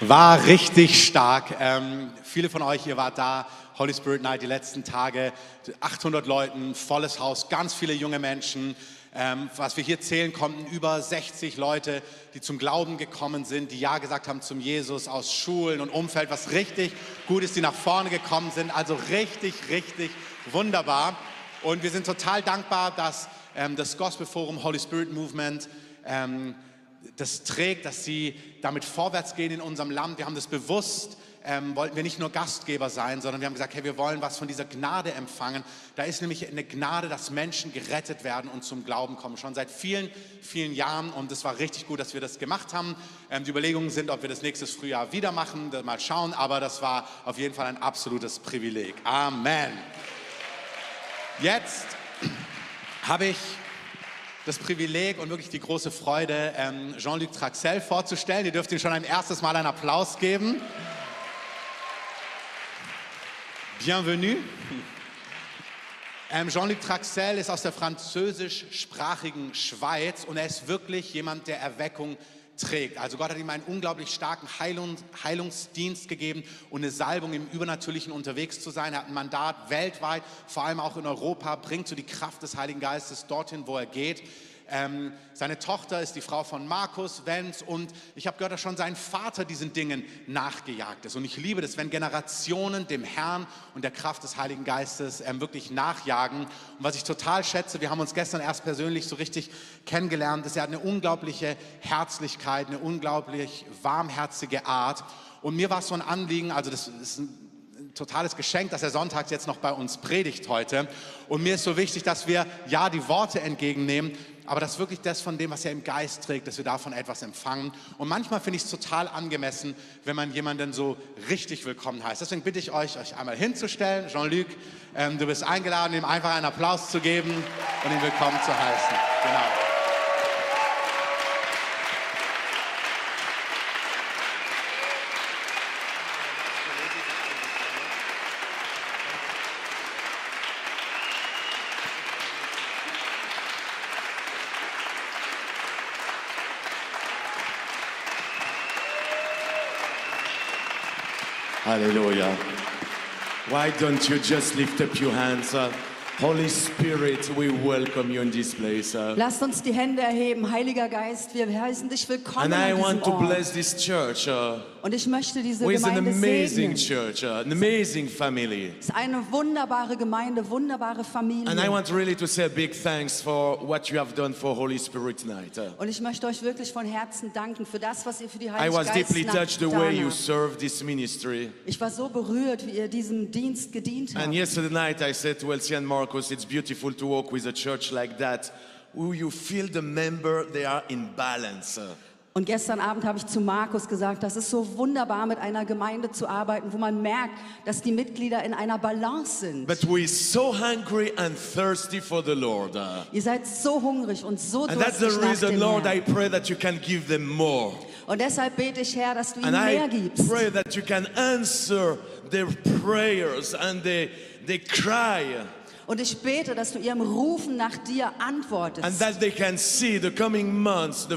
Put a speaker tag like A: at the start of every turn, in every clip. A: War richtig stark. Ähm, viele von euch, ihr wart da. Holy Spirit Night, die letzten Tage. 800 Leuten, volles Haus, ganz viele junge Menschen. Ähm, was wir hier zählen konnten, über 60 Leute, die zum Glauben gekommen sind, die Ja gesagt haben zum Jesus aus Schulen und Umfeld, was richtig gut ist, die nach vorne gekommen sind. Also richtig, richtig wunderbar. Und wir sind total dankbar, dass ähm, das Gospel Forum Holy Spirit Movement ähm, das trägt, dass sie damit vorwärts gehen in unserem Land. Wir haben das bewusst, ähm, wollten wir nicht nur Gastgeber sein, sondern wir haben gesagt, hey, wir wollen was von dieser Gnade empfangen. Da ist nämlich eine Gnade, dass Menschen gerettet werden und zum Glauben kommen, schon seit vielen, vielen Jahren. Und es war richtig gut, dass wir das gemacht haben. Ähm, die Überlegungen sind, ob wir das nächstes Frühjahr wieder machen, mal schauen. Aber das war auf jeden Fall ein absolutes Privileg. Amen. Jetzt habe ich das Privileg und wirklich die große Freude, ähm, Jean-Luc Traxel vorzustellen. Ihr dürft ihm schon ein erstes Mal einen Applaus geben. Bienvenue. Ähm, Jean-Luc Traxel ist aus der französischsprachigen Schweiz und er ist wirklich jemand, der Erweckung trägt. Also Gott hat ihm einen unglaublich starken Heilung, Heilungsdienst gegeben und eine Salbung im Übernatürlichen unterwegs zu sein. Er hat ein Mandat weltweit, vor allem auch in Europa, bringt so die Kraft des Heiligen Geistes dorthin, wo er geht. Ähm, seine Tochter ist die Frau von Markus Wenz und ich habe gehört, dass schon sein Vater diesen Dingen nachgejagt ist. Und ich liebe das, wenn Generationen dem Herrn und der Kraft des Heiligen Geistes ähm, wirklich nachjagen. Und was ich total schätze, wir haben uns gestern erst persönlich so richtig kennengelernt, ist, er hat eine unglaubliche Herzlichkeit, eine unglaublich warmherzige Art. Und mir war es so ein Anliegen, also das ist ein totales Geschenk, dass er sonntags jetzt noch bei uns predigt heute. Und mir ist so wichtig, dass wir ja die Worte entgegennehmen, aber dass wirklich das von dem, was er im Geist trägt, dass wir davon etwas empfangen. Und manchmal finde ich es total angemessen, wenn man jemanden so richtig willkommen heißt. Deswegen bitte ich euch, euch einmal hinzustellen. Jean-Luc, ähm, du bist eingeladen, ihm einfach einen Applaus zu geben und ihn willkommen zu heißen. Genau.
B: Hallelujah. Why don't you just lift up your hands? uh, Holy Spirit, we welcome you in this place. uh,
C: Lasst uns die Hände erheben, Heiliger Geist, wir heißen dich willkommen
B: and I
C: in
B: want
C: diesem
B: to
C: Ort.
B: bless this church uh,
C: Und ich möchte diese
B: with an
C: Gemeinde
B: amazing
C: segnen.
B: church, uh, an amazing family.
C: Es ist eine wunderbare Gemeinde, wunderbare Familie.
B: And I want really to say a big thanks for what you have done for Holy Spirit tonight. uh.
C: Und ich möchte euch wirklich von Herzen danken für das, was ihr für die
B: I
C: Heilige
B: was
C: Geist
B: deeply touched the way you
C: getan habt.
B: served this ministry.
C: Ich war so berührt, wie ihr diesem Dienst gedient habt.
B: And yesterday night I said to Elsie and Marcos, it's beautiful to walk with a church like that. Who you feel the member, they are in balance. uh.
C: Und gestern Abend habe ich zu Markus gesagt, das ist so wunderbar, mit einer Gemeinde zu arbeiten, wo man merkt, dass die Mitglieder in einer Balance sind.
B: But we're so hungry and thirsty for the Lord. uh.
C: ihr seid so hungrig und so
B: And that's the
C: durstig nach
B: reason,
C: dem
B: Lord, I
C: Herrn.
B: pray that you can give them more.
C: Und deshalb bete ich, Herr, dass du ihnen
B: And I
C: mehr gibst.
B: pray that you can answer their prayers and they, they cry.
C: Und ich bete, dass du ihrem Rufen nach dir
B: And
C: antwortest.
B: that they can see the coming months, the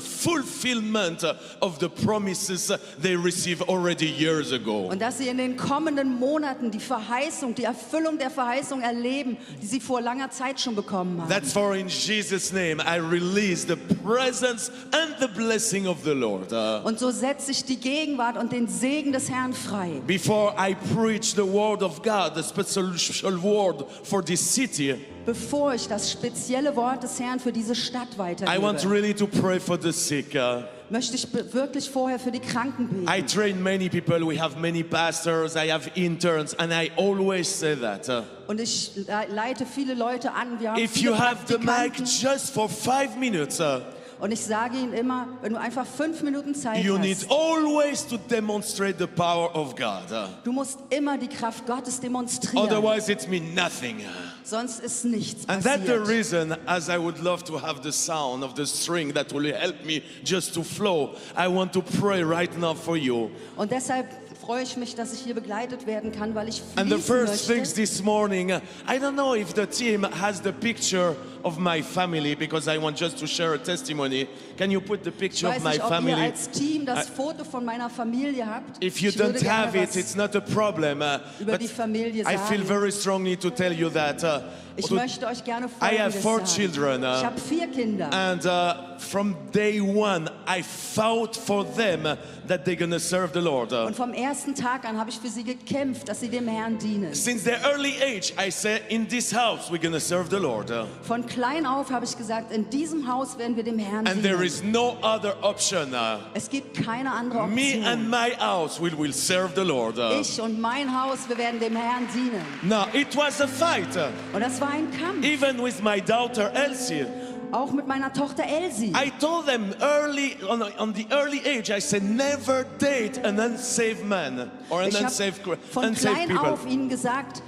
B: fulfillment uh, of the promises uh, they received already years ago.
C: Und dass sie in den kommenden Monaten die Verheißung, die Erfüllung der Verheißung erleben, die sie vor langer Zeit schon bekommen haben.
B: That's for in Jesus' name I release the presence and the blessing of the Lord. Uh,
C: und so setze ich die Gegenwart und den Segen des Herrn frei.
B: before I preach the word of God, the special word for this city,
C: Bevor ich das spezielle Wort des Herrn für diese Stadt
B: I want
C: weitergebe,
B: really to pray for the sick. uh.
C: möchte ich be- wirklich vorher für die Kranken beten.
B: I train many people, we have many pastors, I have interns, and I always say that. uh,
C: Und ich le- leite viele Leute an. Wir haben
B: if
C: viele
B: you have the mic
C: Praktikanten.
B: just for five minutes, uh,
C: Und ich sage ihnen immer, wenn du einfach fünf Minuten Zeit
B: you need
C: hast,
B: always to demonstrate the power of God. uh.
C: du musst immer die Kraft Gottes demonstrieren.
B: Otherwise, it means nothing. uh.
C: Sonst ist nichts
B: And that's the
C: passiert.
B: reason, as I would love to have the sound of the string that will help me just to flow, I want to pray right now for you.
C: Und deshalb freue ich mich, dass ich hier begleitet werden kann, weil ich
B: And the
C: fließen
B: first
C: möchte.
B: things this morning, I don't know if the team has the picture of my family because I want just to share a testimony. Can you put the
C: Ich
B: picture of
C: weiß
B: my
C: nicht, ob ihr
B: family?
C: als Team das Foto von meiner Familie habt.
B: If you
C: ich würde
B: don't
C: gerne
B: have it,
C: was-
B: it's not a problem. uh,
C: über die Familie
B: I feel
C: sagen.
B: very strongly to tell you that. uh,
C: ich
B: to-
C: möchte euch gerne
B: I have
C: Folgendes
B: four
C: sagen.
B: children. uh,
C: ich habe vier Kinder.
B: And uh, from day one, I fought for them that they're gonna serve the Lord.
C: Und vom ersten Tag an habe ich für sie gekämpft, dass sie dem Herrn dienen.
B: Since their early age, I said, in this house, we're gonna serve the Lord.
C: Von klein auf habe ich gesagt, in diesem Haus werden wir dem Herrn
B: And there
C: dienen.
B: is no other option. uh,
C: Es gibt keine andere
B: Me and
C: Option.
B: my house, we will serve the Lord. uh.
C: Ich und mein Haus, wir werden dem Herrn dienen.
B: Now, it was a fight, uh,
C: Und das war ein Kampf,
B: even with my daughter Elsie.
C: auch mit meiner Tochter Elsie.
B: I told them early, on, on the early age, I said, never date an unsaved man or an
C: Ich
B: unsaved,
C: habe
B: cre-
C: von
B: unsaved
C: klein
B: people.
C: auf ihnen gesagt,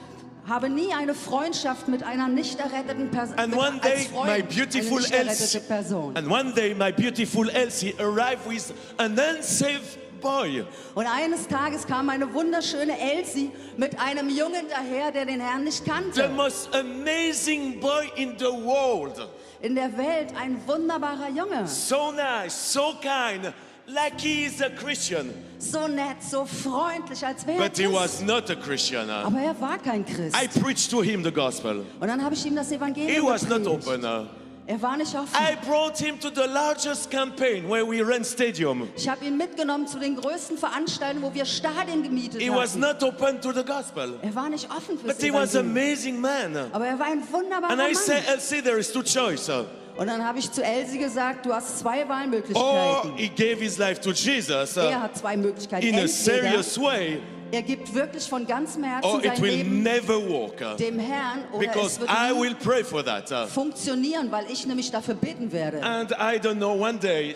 C: habe nie eine Freundschaft mit einer nicht erretteten Person.
B: And one
C: als
B: day,
C: Freund,
B: my beautiful
C: eine nicht
B: Elsie,
C: errettete Person.
B: and one day, my beautiful Elsie arrived with an unsaved boy.
C: Und eines Tages kam eine wunderschöne Elsie mit einem Jungen daher, der den Herrn nicht
B: The
C: kannte.
B: most amazing boy in the world.
C: In der Welt ein wunderbarer Junge.
B: So nice, so kind, like he is a Christian.
C: So nett, so freundlich, als wäre er
B: But he
C: Christ.
B: was not a Christian. uh. huh?
C: Aber er war kein Christ.
B: I preached to him the gospel.
C: Und dann habe ich ihm das
B: He
C: Evangelium
B: was not
C: gepredigt.
B: open. huh?
C: Er war nicht offen.
B: I brought him to the largest campaign where we ran stadium.
C: ich habe ihn mitgenommen zu den größten Veranstaltungen, wo wir Stadien gemietet
B: He was
C: haben.
B: not open to the gospel.
C: er war nicht offen für
B: But he was
C: Evangelium.
B: amazing man.
C: Aber er war ein wunderbarer
B: And I
C: Mann.
B: said, uh, Elsie, there is two choices.
C: Und dann habe ich zu Elsie gesagt, du hast zwei
B: Or
C: Wahlmöglichkeiten.
B: he gave his life to Jesus uh,
C: er hat zwei Möglichkeiten.
B: Oh, in a
C: Entweder
B: serious way,
C: er gibt wirklich von ganzem Herzen
B: or it
C: sein
B: will
C: Leben
B: never work. uh,
C: dem Herrn oder
B: Because
C: es wird
B: I
C: nie
B: will pray for that. uh.
C: funktionieren, weil ich nämlich dafür beten werde.
B: And I don't know, one day,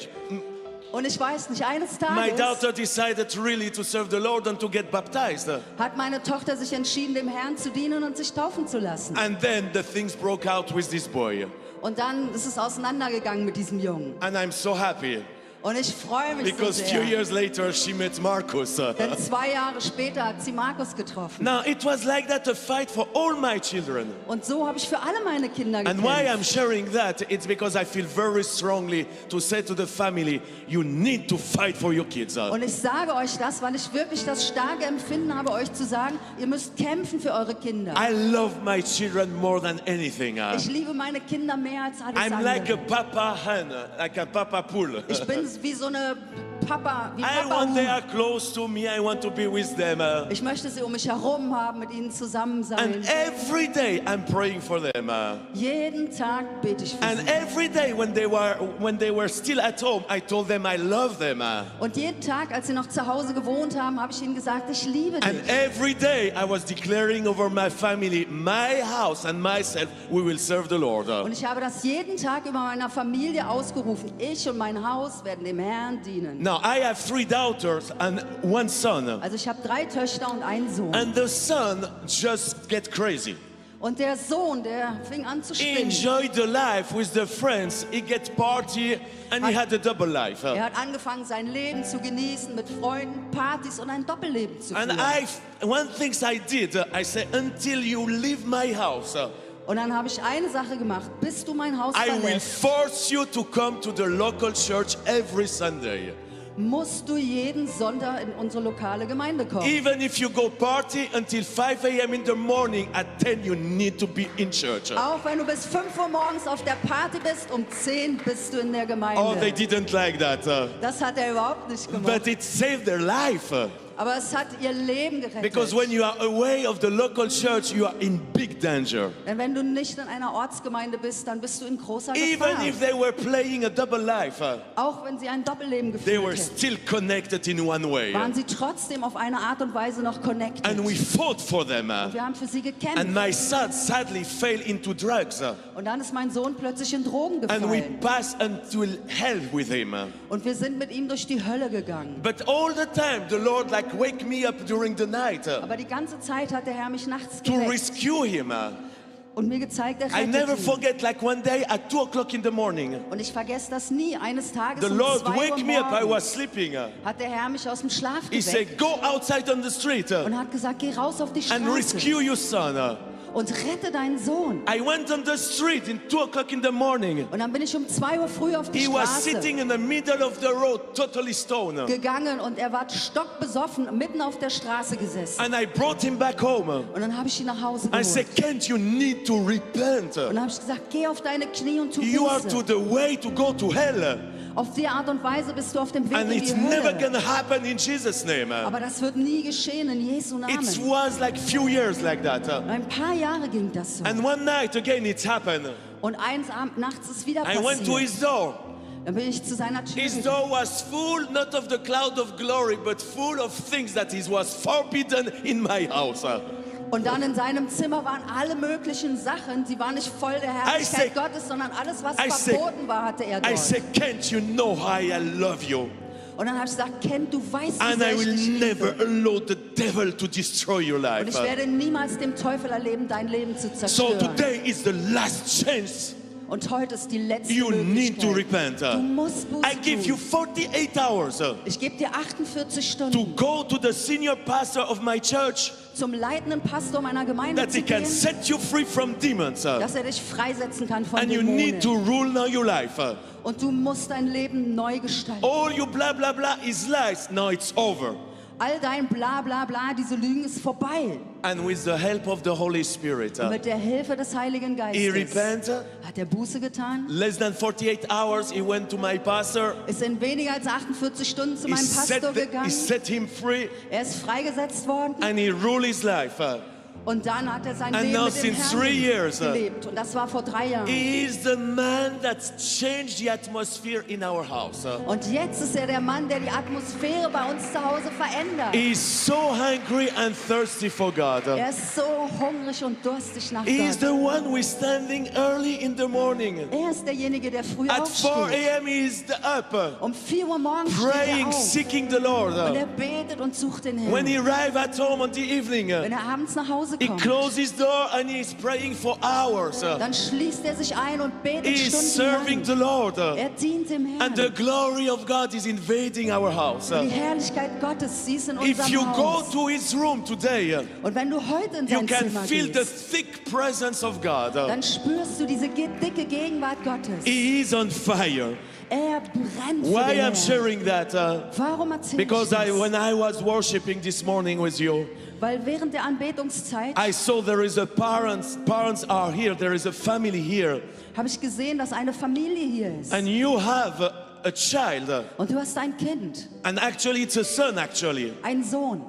C: Und ich weiß nicht, eines
B: Uh, my
C: Tages
B: daughter decided really to serve the Lord and to get baptized. uh,
C: hat meine Tochter sich entschieden, dem Herrn zu dienen und sich taufen zu lassen.
B: And then the things broke out with this boy.
C: Und dann ist es auseinandergegangen mit diesem Jungen.
B: And I'm so happy
C: Und ich freue mich so
B: because few
C: sehr.
B: years later she met Marcus. uh.
C: Denn zwei Jahre später hat sie Markus getroffen.
B: Now it was like that a fight for all my children.
C: Und so habe ich für alle meine Kinder
B: And why
C: gekämpft.
B: I'm sharing that, it's because I feel very strongly to say to the family, you need to fight for your kids.
C: Und ich sage euch das, weil ich wirklich das starke Empfinden habe, euch zu sagen, ihr müsst kämpfen für eure Kinder.
B: I love my children more than anything.
C: Ich liebe meine Kinder mehr als alles
B: I'm like a
C: andere.
B: papa hen, like a papa pool.
C: Ich bin wie so eine Papa, wie
B: I want they
C: Papa.
B: are close to me, I want to be with them. uh,
C: Ich möchte sie um mich herum haben, mit ihnen zusammen sein.
B: And every day I'm praying for them. uh,
C: Jeden Tag bete ich für
B: And
C: sie.
B: every day when they were when they were still at home, I told them I love them. uh,
C: Und jeden Tag, als sie noch zu Hause gewohnt haben, habe ich ihnen gesagt, ich liebe
B: And
C: dich.
B: every day I was declaring over my family, my house and myself, we will serve the Lord.
C: Und ich habe das jeden Tag über meiner Familie ausgerufen. Ich und mein Haus werden dem Herrn dienen.
B: Now I have three daughters and one son.
C: Also ich habe drei Töchter und einen Sohn.
B: And the son just get crazy.
C: Und der Sohn, der fing an zu
B: He
C: spinnen.
B: enjoyed the life with the friends. He get party and he had a double life.
C: Er hat angefangen, sein Leben zu genießen mit Freunden, Partys und ein Doppelleben zu
B: And
C: führen.
B: I, one thing I did, I said, until you leave my house,
C: und dann habe ich eine Sache gemacht, bis du mein Haus
B: I will
C: verlässt,
B: force you to come to the local church every Sunday.
C: musst du jeden Sonntag in unsere lokale Gemeinde kommen.
B: Even if you go party until 5 a.m. in the morning, at 10 you need to be in church.
C: Auch wenn du bis 5 Uhr morgens auf der Party bist, um 10 bist du in der
B: Oh, they
C: Gemeinde.
B: didn't like that. uh,
C: das hat er überhaupt nicht gemacht.
B: but it saved their life. uh,
C: Aber es hat ihr Leben
B: Because
C: gerettet.
B: when you are away of the local church, you are in big danger.
C: Denn wenn du nicht in einer Ortsgemeinde bist, dann bist du in großer
B: Even if
C: Gefahr.
B: they were playing a double life, uh,
C: Auch wenn sie ein Doppelleben
B: they
C: geführt
B: were
C: haben,
B: still connected in one way.
C: waren sie trotzdem auf eine Art und Weise noch connected.
B: And we fought for them. uh,
C: Wir haben für sie gekämpft.
B: And my son sadly fell into drugs. uh,
C: und dann ist mein Sohn plötzlich in Drogen
B: And we
C: gefallen.
B: passed until hell with him. uh,
C: Und wir sind mit ihm durch die Hölle gegangen.
B: But all the time, the Lord like wake me up during the night. uh,
C: Aber die ganze Zeit hat der Herr mich nachts
B: to
C: geweckt,
B: rescue him. uh,
C: und mir gezeigt, er
B: I never
C: rettet ihn.
B: forget, like one day at 2 o'clock in the morning,
C: Und ich vergesse das nie. Eines Tages
B: the
C: um
B: Lord
C: zwei Uhr
B: wake me up. I
C: morgens
B: was sleeping. Uh,
C: hat der Herr mich aus dem Schlaf
B: He
C: geweckt
B: said, Go outside on the street uh,
C: und hat gesagt, geh raus auf die Straße
B: and rescue your son. uh."
C: und rette deinen Sohn.
B: I went on the street in 2 o'clock in the morning.
C: Und dann bin ich um 2 Uhr früh auf die
B: He was
C: Straße
B: sitting in the middle of the road, totally stoned.
C: gegangen und er war stockbesoffen, mitten auf der Straße gesessen.
B: And I brought him back home.
C: Und dann habe ich ihn nach Hause
B: I
C: geholt.
B: said, Can't you need to repent?
C: und dann habe ich gesagt, geh auf deine Knie und tu
B: You are to
C: Buße.
B: the way to go to hell. uh,
C: Auf die Art und Weise bist du auf dem Weg
B: And
C: in
B: it's
C: die
B: never
C: Hölle.
B: gonna happen in Jesus' name. uh.
C: Aber das wird nie geschehen in Jesu Namen.
B: It was like few years like that. uh.
C: Und ein paar Jahre ging das so.
B: And one night again it happened.
C: Und eins Abend nachts ist wieder
B: I
C: passiert.
B: went to his door.
C: dann bin ich zu seiner Tür
B: His
C: gegangen.
B: door was full not of the cloud of glory, but full of things that is was forbidden in my house. uh.
C: Und dann in seinem Zimmer waren alle möglichen Sachen. Sie waren nicht voll der
B: I say-
C: Herrlichkeit Gottes, sondern alles, was
B: I say-
C: verboten war, hatte er
B: I
C: dort.
B: said, Can't you know how I love you?
C: Und dann habe ich gesagt, Ken, du weißt, wie
B: And
C: sehr
B: I
C: ich
B: will
C: dich
B: never
C: liebe.
B: allow the devil to destroy your
C: Und
B: life.
C: ich
B: uh.
C: werde niemals dem Teufel erleben, dein Leben zu
B: So
C: zerstören.
B: today is the last chance.
C: Und heute ist die letzte
B: You need
C: Möglichkeit.
B: to repent. uh.
C: Du musst Buße
B: I give you
C: tun.
B: 48 hours. uh,
C: Ich gebe dir 48
B: to
C: Stunden,
B: go to the senior pastor of my church
C: zum leitenden Pastor meiner Gemeinde
B: that
C: zu
B: he can
C: gehen,
B: set you free from demons. uh,
C: dass er dich freisetzen kann von
B: and you need to
C: Dämonen.
B: rule now your life. uh.
C: Und du musst dein Leben neu gestalten.
B: All your blah blah blah is lies. Now it's over.
C: All dein Bla Bla Bla, diese Lügen ist vorbei.
B: And with the help of the Holy Spirit, uh,
C: Mit der Hilfe des Heiligen
B: he
C: Geistes
B: repented.
C: hat er Buße getan,
B: Less than 48 hours, he went to my pastor.
C: ist in weniger als 48 Stunden zu
B: He
C: meinem
B: set,
C: Pastor
B: the- he
C: gegangen.
B: set him free
C: Er ist freigesetzt worden
B: and he ruled his life. uh.
C: und dann hat er sein
B: And
C: Leben
B: now
C: mit dem
B: since three
C: Herrn
B: years, uh,
C: gelebt. Und das war vor drei Jahren.
B: He is the man that's changed the atmosphere in our house. uh.
C: Und jetzt ist er der Mann, der die Atmosphäre bei uns zu Hause verändert.
B: He is so hungry and thirsty for God. uh.
C: Er ist so hungrig und durstig nach
B: He is
C: Gott.
B: the one who is standing early in the morning.
C: Er ist derjenige, der früh
B: At 4
C: aufsteht.
B: a.m. he is the up, uh,
C: Um 4 Uhr morgens steht er
B: praying,
C: auf
B: seeking the Lord. uh.
C: und er betet und sucht den Herrn.
B: When he arrives at home on the evening, uh,
C: Wenn er abends nach Hause
B: he
C: kommt,
B: closes his door and he is praying for hours. uh.
C: dann schließt er sich ein und
B: He
C: betet
B: is serving
C: stundenlang.
B: the Lord. uh,
C: Er dient dem Herrn.
B: And the glory of God is invading our house. uh.
C: die Herrlichkeit Gottes, sie ist in
B: If you
C: unserem
B: go
C: Haus.
B: to his room today, uh,
C: Und wenn du heute in
B: you
C: sein
B: can
C: Zimmer
B: feel the
C: gehst,
B: thick presence of God. uh.
C: dann spürst du diese ge- dicke Gegenwart Gottes.
B: He is on fire.
C: Er brennt für
B: Why
C: den
B: I'm
C: Herrn.
B: sharing that? uh,
C: Warum erzähle
B: Because
C: ich
B: I,
C: das?
B: when I was worshiping this morning with you,
C: Weil während der Anbetungszeit
B: I saw there is a parents. Parents are here. There is a family here,
C: habe ich gesehen, dass eine Familie hier ist.
B: and you have a, a child.
C: Und du hast ein Kind,
B: And actually, it's a son actually,
C: einen Sohn.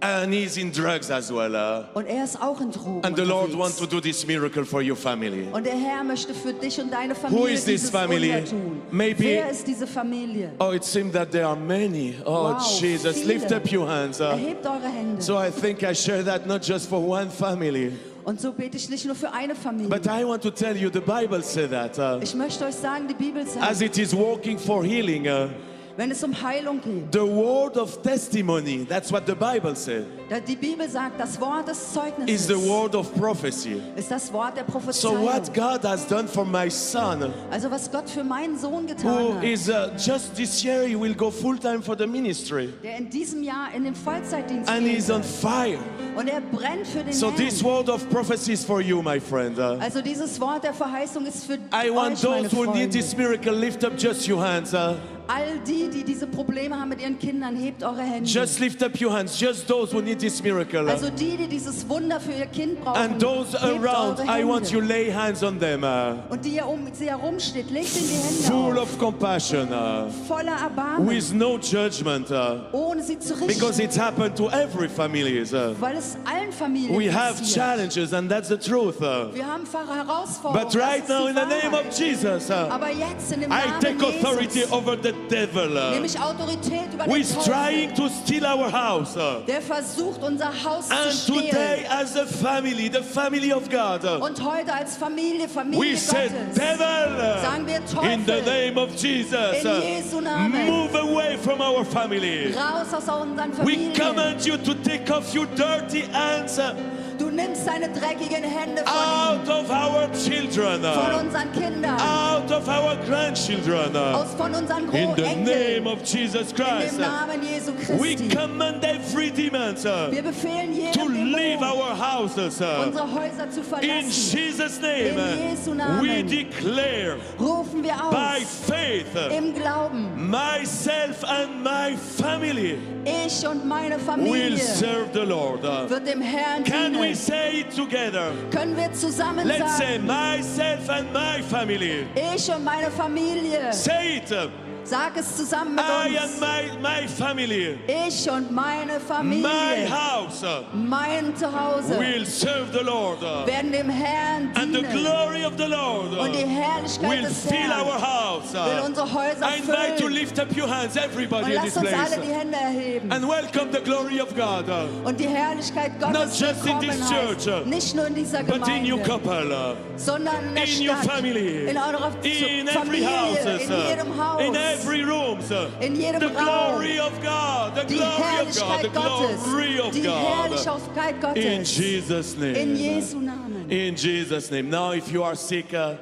B: and he's in drugs as well. uh.
C: Und er ist auch in Drogen
B: and the Lord wants
C: unterwegs.
B: to do this miracle for your family.
C: Und der Herr möchte für dich und deine Familie
B: is this
C: dieses
B: family?
C: Wunder tun.
B: Maybe-
C: Wer ist diese Familie?
B: Oh, it seems that there are many. Oh,
C: Wow,
B: Jesus,
C: viele.
B: lift up your hands. uh.
C: Erhebt eure Hände.
B: so I think I share that not just for one family,
C: und so bete ich nicht nur für eine Familie.
B: but I want to tell you the Bible said that uh,
C: ich möchte euch sagen, die Bibel sagt,
B: as it is working for healing. uh,
C: wenn es um Heilung geht,
B: The word of testimony, that's what the Bible says,
C: da die Bibel sagt, das Wort des
B: is
C: Zeugnisses
B: the word of prophecy.
C: ist das Wort der
B: So
C: Prophezeiung.
B: what God has done for my son,
C: also was Gott für meinen Sohn
B: who
C: getan hat,
B: is uh, just this year he will go full time for the ministry,
C: der in diesem Jahr in den Vollzeitdienst
B: and
C: geht
B: he's on fire.
C: und er brennt für den
B: So
C: Herrn.
B: this word of prophecy is for you, my friend. Uh,
C: also dieses Wort der Verheißung ist für
B: I want
C: euch, meine
B: those who need
C: Freunde.
B: this miracle, lift up just your hands. uh,
C: All die, die diese Probleme haben mit ihren Kindern, hebt eure Hände.
B: just lift up your hands. Just those who need this miracle. uh,
C: also die, die dieses Wunder für ihr Kind brauchen,
B: and those
C: hebt
B: around,
C: eure
B: I want you
C: Hände.
B: lay hands on them. uh,
C: Und die ihr um sie herumsteht, legt ihnen die
B: full
C: Hände
B: of compassion. uh,
C: auf, voller Erbarmen,
B: with no judgment uh,
C: ohne sie zu richten,
B: because it's happened to every family uh.
C: weil es allen Familien
B: we have
C: passiert.
B: challenges and that's the truth uh.
C: Wir haben Pfarrer Herausforderungen.
B: but right
C: das ist
B: now
C: die
B: in the name
C: Wahrheit.
B: of jesus uh,
C: Aber jetzt in dem
B: i
C: Namen
B: take authority
C: Oh, Jesus,
B: over the devil
C: nehme
B: uh,
C: ich Autorität über
B: who
C: den
B: is
C: Teufel,
B: trying to steal our house uh.
C: der versucht, unser Haus
B: and
C: zu stehlen.
B: today as a family the family of god uh,
C: Und heute als Familie, Familie
B: we
C: Gottes,
B: said devil
C: Sagen wir,
B: uh, in the
C: Teufel,
B: name of jesus
C: in
B: uh,
C: Jesu Namen.
B: move away from our family
C: raus aus unseren
B: We
C: Familien.
B: command you to take off your dirty hands uh,
C: Du nimmst deine dreckigen Hände von,
B: out of our children, uh,
C: ihm, von unseren Kindern,
B: out of our grandchildren. uh,
C: aus, von unseren
B: In the name
C: Großenkeln.
B: of Jesus
C: In dem
B: Christ, uh,
C: Namen Jesu
B: we
C: Christi.
B: command every demon to
C: Wir befehlen jedem
B: leave
C: Dämon,
B: our houses. uh,
C: unsere Häuser zu
B: In
C: verlassen.
B: Jesus' name, uh,
C: In Jesu Namen.
B: we declare
C: Rufen wir
B: by
C: aus
B: faith uh,
C: im Glauben.
B: myself and my family
C: Ich und meine
B: will
C: Familie
B: serve the Lord. uh.
C: wird dem Herrn
B: Can we
C: dienen.
B: say it together?
C: Können wir zusammen
B: Let's
C: sagen,
B: say myself and my family.
C: ich und meine Familie,
B: Say it. uh,
C: sag es zusammen mit
B: I and
C: uns.
B: my, my family,
C: Ich und meine
B: my
C: Familie,
B: house
C: mein Zuhause,
B: will serve the Lord. uh,
C: werden dem Herrn
B: And the
C: dienen.
B: glory of the Lord uh,
C: Und die Herrlichkeit
B: will
C: des
B: fill our
C: Herrn
B: house. uh.
C: will unsere Häuser
B: I invite you to
C: füllen.
B: lift up your hands,
C: Und
B: everybody in
C: lasst
B: this
C: uns alle
B: place. uh,
C: die Hände erheben.
B: And welcome the glory of God, uh,
C: Und die Herrlichkeit
B: Not
C: Gottes
B: just in this
C: willkommen
B: church, uh,
C: heißt. Nicht nur in dieser
B: but in your
C: Gemeinde,
B: couple, uh,
C: sondern in der
B: in your
C: Stadt,
B: family,
C: in eurer
B: in
C: Zu-
B: every
C: Familie,
B: house, uh,
C: in jedem Haus,
B: in every room.
C: in jedem
B: The
C: Raum.
B: glory of God, the
C: Die
B: glory of God, the
C: Herrlichkeit Gottes,
B: glory of
C: die
B: God.
C: Herrlichkeit
B: In
C: Gottes,
B: Jesus'
C: in
B: name.
C: Jesu Namen.
B: In Jesus' name. Now, if you are sick, uh,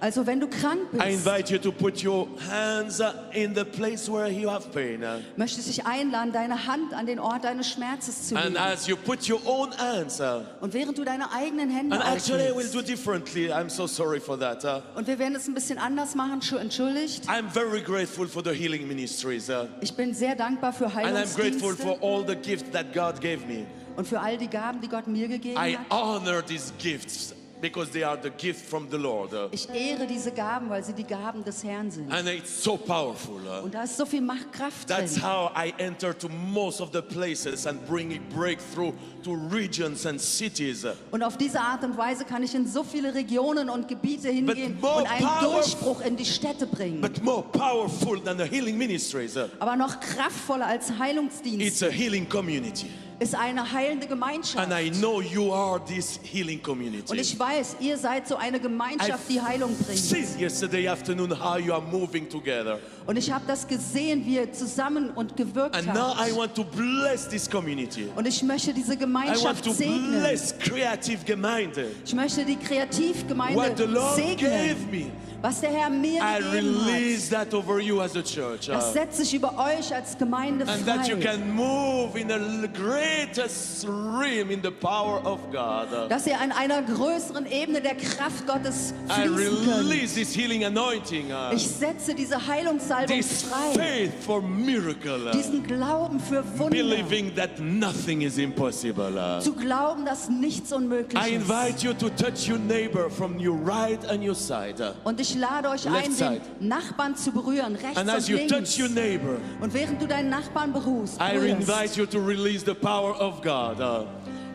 C: Also wenn du krank
B: I
C: bist,
B: invite you to put your hands uh, in the place where you have pain. uh,
C: möchte ich dich einladen, deine Hand an den Ort deines Schmerzes zu
B: And
C: legen.
B: as you put your own hands, uh,
C: Und während du deine eigenen Hände
B: and actually I will
C: auflegst,
B: do differently. I'm so sorry for that. uh,
C: und wir werden es ein bisschen anders machen, schu- entschuldigt.
B: I'm very grateful for the healing ministries. uh,
C: Ich bin sehr dankbar für
B: and I'm grateful for
C: Heilungsdienste
B: all the gifts that God gave me.
C: und für all die Gaben, die Gott mir gegeben
B: I
C: hat.
B: honor these gifts because they are the gift from the Lord. uh,
C: Ich ehre diese Gaben, weil sie die Gaben des Herrn sind.
B: And it's so powerful. uh,
C: Und da ist so viel Machtkraft
B: That's
C: drin.
B: how I enter to most of the places and bring a breakthrough to regions and cities. uh,
C: Und auf diese Art und Weise kann ich in so viele Regionen und Gebiete hingehen
B: more
C: und einen
B: power-
C: Durchbruch in die Städte bringen.
B: But more powerful than the healing ministries, uh,
C: Aber noch kraftvoller als
B: it's
C: Heilungsdienst
B: a healing community.
C: ist eine heilende Gemeinschaft.
B: And I know you are this healing
C: Und
B: community.
C: ich weiß, ihr seid so eine Gemeinschaft, die Heilung bringt.
B: See yesterday afternoon how you are moving together.
C: Und ich habe das gesehen, wie ihr zusammen und gewirkt
B: And now I
C: habt.
B: want to bless this community.
C: Und ich möchte
B: I
C: diese
B: want
C: Gemeinschaft
B: to
C: segnen.
B: bless Creative Gemeinde.
C: Ich möchte die
B: What the
C: Kreativgemeinde
B: Lord
C: segnen.
B: gave me,
C: Was der Herr
B: I
C: mir gegeben hat.
B: release that over you as a church.
C: Das
B: uh,
C: setze ich über euch als Gemeinde
B: and that you
C: frei.
B: can move in the l- greatest realm in the power of God. uh.
C: Dass ihr an einer größeren Ebene der Kraft Gottes
B: I
C: fließen könnt.
B: release this healing anointing, uh,
C: Ich setze diese Heilungssalbung
B: this
C: frei.
B: faith for miracle, uh,
C: Diesen Glauben für Wunder.
B: believing that nothing is impossible. uh.
C: Zu glauben, dass nichts unmöglich
B: I
C: ist.
B: invite you to touch your neighbor from your right and your side. uh.
C: Und ich lade euch
B: Left
C: ein, den
B: side.
C: Nachbarn zu berühren, rechts
B: And as
C: und
B: you touch
C: links.
B: your neighbor,
C: Und während du deinen Nachbarn berührst,
B: I
C: berührst
B: invite you to release the power of God. uh.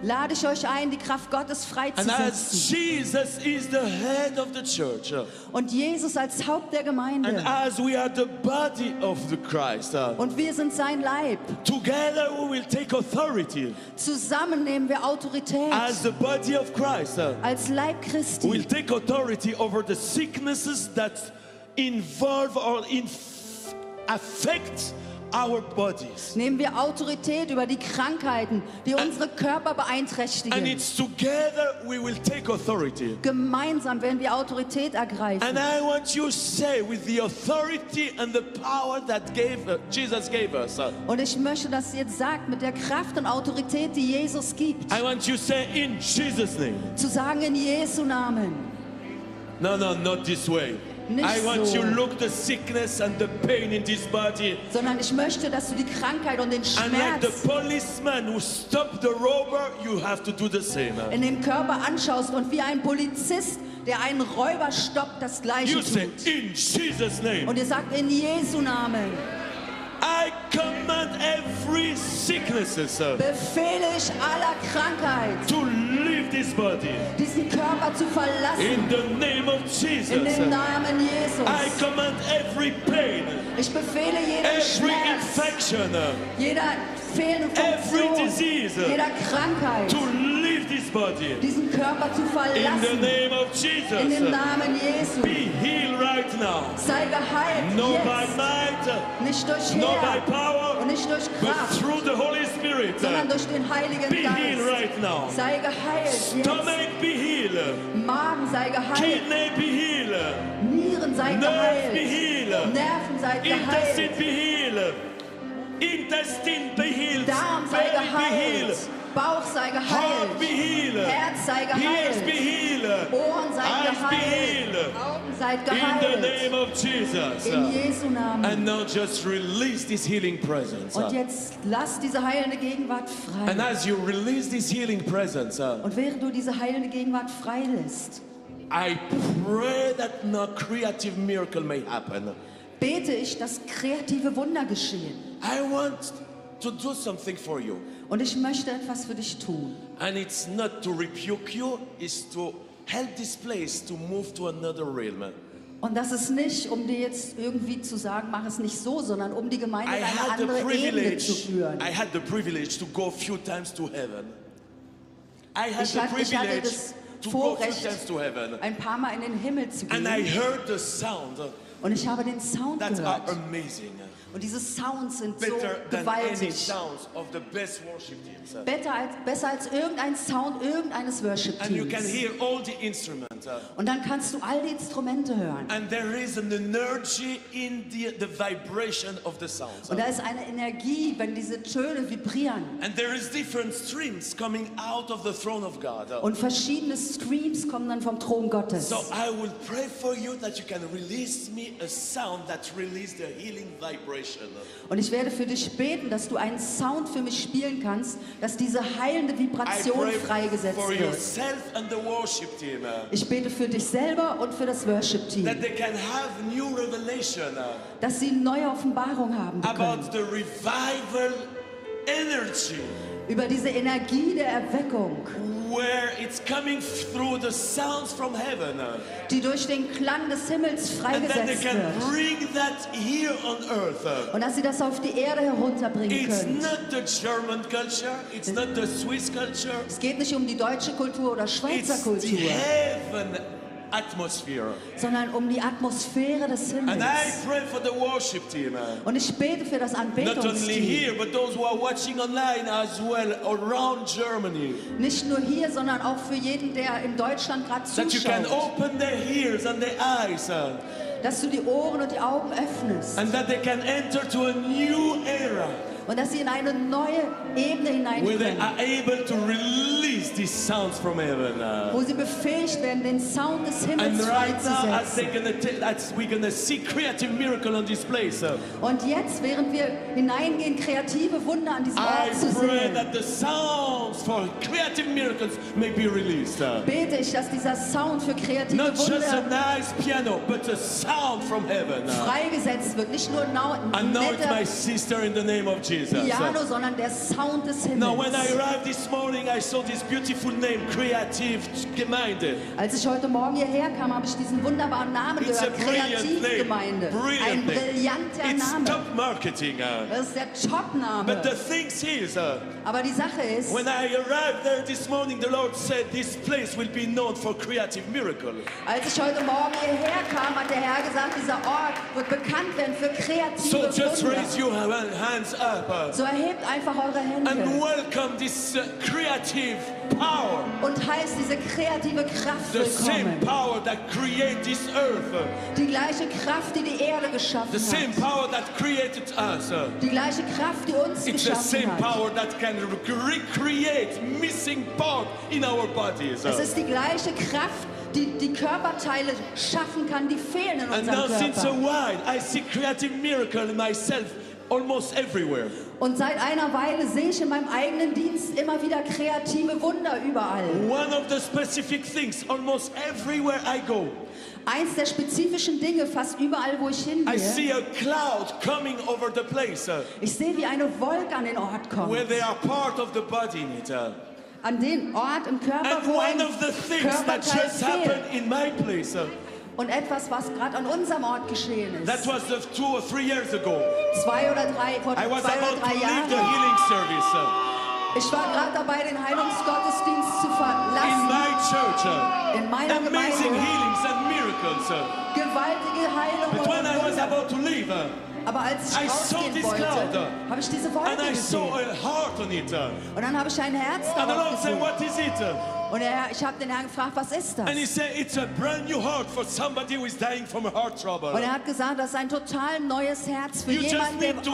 C: lade ich euch ein, die Kraft Gottes
B: and
C: freizusetzen.
B: as Jesus is the head of the church, uh,
C: Und Jesus als Haupt der
B: and
C: Gemeinde.
B: as we are the body of the Christ, uh,
C: Und wir sind sein Leib.
B: together we will take authority.
C: Zusammen nehmen wir Autorität.
B: As the body of Christ, uh,
C: als Leib
B: we'll
C: Christi.
B: take authority over the sicknesses that involve or inf- affect our bodies.
C: Nehmen wir Autorität über die Krankheiten, die unsere Körper
B: And
C: beeinträchtigen.
B: it's together we will take authority.
C: Gemeinsam werden wir Autorität
B: And
C: ergreifen.
B: I want you to say with the authority and the power that gave uh, Jesus gave us. uh,
C: Und ich möchte, dass ihr jetzt sagt, mit der Kraft und Autorität, die Jesus gibt,
B: I want you to say in Jesus' name.
C: zu sagen in Jesu Namen.
B: No, no, not this way.
C: Nicht
B: I want
C: so.
B: you to look the sickness and the pain in this body.
C: Sondern ich möchte, dass du die Krankheit und den
B: And like the
C: Schmerz
B: policeman who stopped the robber, you have to do the same. uh.
C: in dem Körper anschaust und wie ein Polizist, der einen Räuber stoppt, das Gleiche
B: You say
C: tut.
B: in Jesus' name.
C: Und ihr sagt in Jesu Namen,
B: I command every sickness uh,
C: befehle ich aller Krankheit,
B: to leave this body.
C: diesen Körper zu verlassen.
B: In the name of Jesus.
C: In dem
B: uh,
C: Namen
B: I
C: Jesus.
B: command every pain.
C: Ich befehle jeden
B: Every
C: Schmerz,
B: infection uh,
C: jeder
B: Every
C: Fehlinfektion,
B: disease.
C: jeder Krankheit,
B: to leave this body
C: diesen Körper zu
B: in the
C: verlassen.
B: name of
C: In
B: Jesus.
C: dem
B: uh,
C: Namen Jesu.
B: Be healed right now.
C: Sei geheilt
B: Not by
C: jetzt.
B: might, uh,
C: Nicht durch
B: not by
C: Heer
B: power,
C: und nicht durch
B: but
C: Kraft,
B: through the Holy Spirit.
C: sondern durch den Heiligen
B: Be healed
C: Geist.
B: right now.
C: Sei geheilt. Jetzt.
B: Stomach be healed.
C: Magen sei geheilt.
B: Kidney be healed.
C: Nieren sei
B: Nerve be
C: geheilt.
B: healed.
C: Nerven sei
B: Intestine
C: geheilt.
B: be healed. Intestine be healed.
C: Darm sei
B: Belly be
C: geheilt.
B: healed.
C: Bauch sei
B: Heart be
C: geheilt.
B: healed.
C: Herz sei
B: Ears be
C: geheilt.
B: healed.
C: Ohren sei
B: Eyes be
C: geheilt.
B: healed.
C: Augen seid
B: In the name
C: geheilt.
B: of Jesus.
C: In Jesu Namen.
B: And now just release this healing presence.
C: Und jetzt lass diese heilende Gegenwart frei.
B: And as you release this healing presence, uh,
C: Und während du diese heilende Gegenwart freilässt,
B: I pray that no creative miracle may happen.
C: bete ich, dass kreative Wunder geschehen.
B: I want to do something for you.
C: Und ich möchte etwas für dich tun.
B: And it's not to rebuke you, it's to help this place to move to another realm.
C: Und das ist nicht, um dir jetzt irgendwie zu sagen, mach es nicht so, sondern um die Gemeinde
B: I
C: in eine
B: had the
C: andere Ebene
B: privilege.
C: zu führen.
B: I had the privilege to go a few times to heaven. I had
C: Ich
B: the
C: hatte, ich hatte
B: privilege
C: das
B: to go a few
C: Vorrecht,
B: times to heaven.
C: ein paar Mal in den Himmel zu
B: And I
C: gehen.
B: heard the sound
C: Und ich habe den Sound
B: that are
C: gehört.
B: amazing.
C: Und diese Sounds sind so
B: Better than any
C: gewaltig.
B: sounds of the best worship teams.
C: Besser als, besser als irgendein Sound irgendeines
B: And you can
C: Worship-Teams.
B: hear all the instruments.
C: Und dann kannst du all die Instrumente hören.
B: And there is an energy in the, the vibration of the sounds.
C: Und da ist eine Energie, wenn diese Töne vibrieren.
B: And there is different streams coming out of the throne of God.
C: Und verschiedene Screams kommen dann vom Thron Gottes.
B: So I will pray for you that you can release me a sound that releases the healing vibration.
C: Und ich werde für dich beten, dass du einen Sound für mich spielen kannst, dass diese heilende
B: I
C: Vibration
B: pray
C: freigesetzt
B: for
C: wird.
B: yourself and the worship team uh,
C: Ich bete für dich selber und für das
B: that
C: Worship-Team,
B: they can have new revelation uh,
C: dass sie neue Offenbarung haben können
B: about the revival energy
C: über diese Energie der Erweckung,
B: where it's coming through the sounds from heaven uh,
C: die durch den Klang des Himmels
B: and that they
C: freigesetzt
B: can
C: wird.
B: bring that here on earth. uh.
C: Und dass sie das auf die Erde herunterbringen
B: It's
C: können.
B: not the German culture, it's not the Swiss culture,
C: Es geht nicht um die deutsche Kultur oder Schweizer
B: it's the
C: Kultur.
B: heaven atmosphere.
C: sondern um die Atmosphäre des
B: And I
C: Himmels.
B: pray for the worship team. uh,
C: Und ich bete für das
B: Not only
C: Anbetungsteam.
B: here, but those who are watching online as well around Germany.
C: Nicht nur hier, sondern auch für jeden, der in Deutschland gerade
B: That you can
C: zuschaut.
B: open their ears and their eyes, uh,
C: Dass du die Ohren und die Augen öffnest.
B: and that they can enter to a new era
C: Und dass sie in eine neue Ebene hinein
B: where they
C: können.
B: are able to release these sounds from heaven. uh.
C: Wo sie befähigt werden, den Sound des
B: And
C: Himmels
B: right now, as,
C: freizusetzen.
B: they're gonna t- as we're gonna see creative miracle on this place, uh,
C: Und jetzt, während wir hineingehen, kreative Wunder an diesem
B: I
C: Ort zu
B: pray
C: sehen,
B: that the sounds for creative miracles may be released. uh.
C: bete ich, dass dieser Sound für kreative
B: Not just a
C: Wunder
B: nice piano, but a sound from heaven. uh.
C: freigesetzt wird. Nicht nur nau-
B: And now it's
C: netter
B: my sister in the name of Jesus. Uh,
C: Piano, sondern der Sound des
B: Now, when I
C: Himmels.
B: arrived this morning, I saw this beautiful name, Creative Gemeinde.
C: Als ich heute Morgen hierher kam, habe ich diesen wunderbaren Namen
B: It's a
C: gehört,
B: brilliant name.
C: Kreativgemeinde. Ein
B: Brilliant name.
C: brillanter
B: It's
C: Name.
B: top marketing. uh.
C: Das ist der
B: But the
C: Top-Name.
B: thing is, uh,
C: Aber die Sache ist,
B: When I arrived there this morning, the Lord said, This place will be known for creative miracle.
C: als ich heute Morgen hierher kam, hat der Herr gesagt, dieser Ort wird bekannt werden für
B: So
C: kreative
B: just raise
C: Wunder.
B: your ha- hands up uh,
C: So erhebt einfach eure
B: and
C: Hände
B: welcome this uh, creative power.
C: und heißt diese kreative Kraft
B: The same
C: willkommen.
B: power that created this earth, uh,
C: Die gleiche Kraft, die die Erde geschaffen
B: the same
C: hat.
B: power that created us. uh,
C: Die gleiche Kraft, die uns
B: It's the same
C: geschaffen hat.
B: power that can re- recreate missing part in our bodies. uh.
C: Es ist die gleiche Kraft, die die Körperteile schaffen kann, die fehlen in
B: And
C: unserem
B: now, since a
C: Körper.
B: while, I see creative miracle in myself almost everywhere.
C: Und seit einer Weile sehe ich in meinem eigenen Dienst immer wieder kreative Wunder überall.
B: One of the specific things, almost everywhere I go,
C: Eins der spezifischen Dinge, fast überall, wo ich
B: I
C: hingehe,
B: see a cloud coming over the place uh,
C: ich sehe, wie eine Wolke an den Ort kommt.
B: where they are part of the body in it. uh.
C: An den Ort im Körper,
B: And
C: wo ein
B: one of the things that
C: Körperteil
B: just
C: fehlt.
B: happened in my place, uh,
C: Und etwas, was gerade an unserem Ort geschehen
B: that
C: ist.
B: was uh, two or three years ago.
C: Zwei oder drei, vor
B: I
C: zwei
B: was
C: oder
B: about to
C: drei
B: leave the
C: Jahren.
B: healing service uh,
C: Ich war gerade dabei, den Heilungsgottesdienst zu
B: in
C: verlassen.
B: my church. uh,
C: In meiner
B: Amazing
C: Gemeinde.
B: healings and miracles. uh.
C: gewaltige Heilung
B: But when I
C: und
B: was
C: Wunder.
B: about to leave, uh,
C: Aber als
B: I
C: ich
B: saw
C: rausgehen
B: this cloud,
C: wollte,
B: uh,
C: habe ich diese
B: and
C: Wolke
B: I saw
C: gesehen.
B: a heart on it. And
C: Und dann habe ich ein Herz
B: the Lord
C: darauf
B: said,
C: gesucht.
B: What is it? Uh,
C: Und der Herr, ich habe den Herrn gefragt, was ist das?
B: And he said, It's a brand new heart for somebody who is dying from heart trouble.
C: Und er hat gesagt, das ist ein total neues Herz für
B: You just
C: jemanden, der
B: need to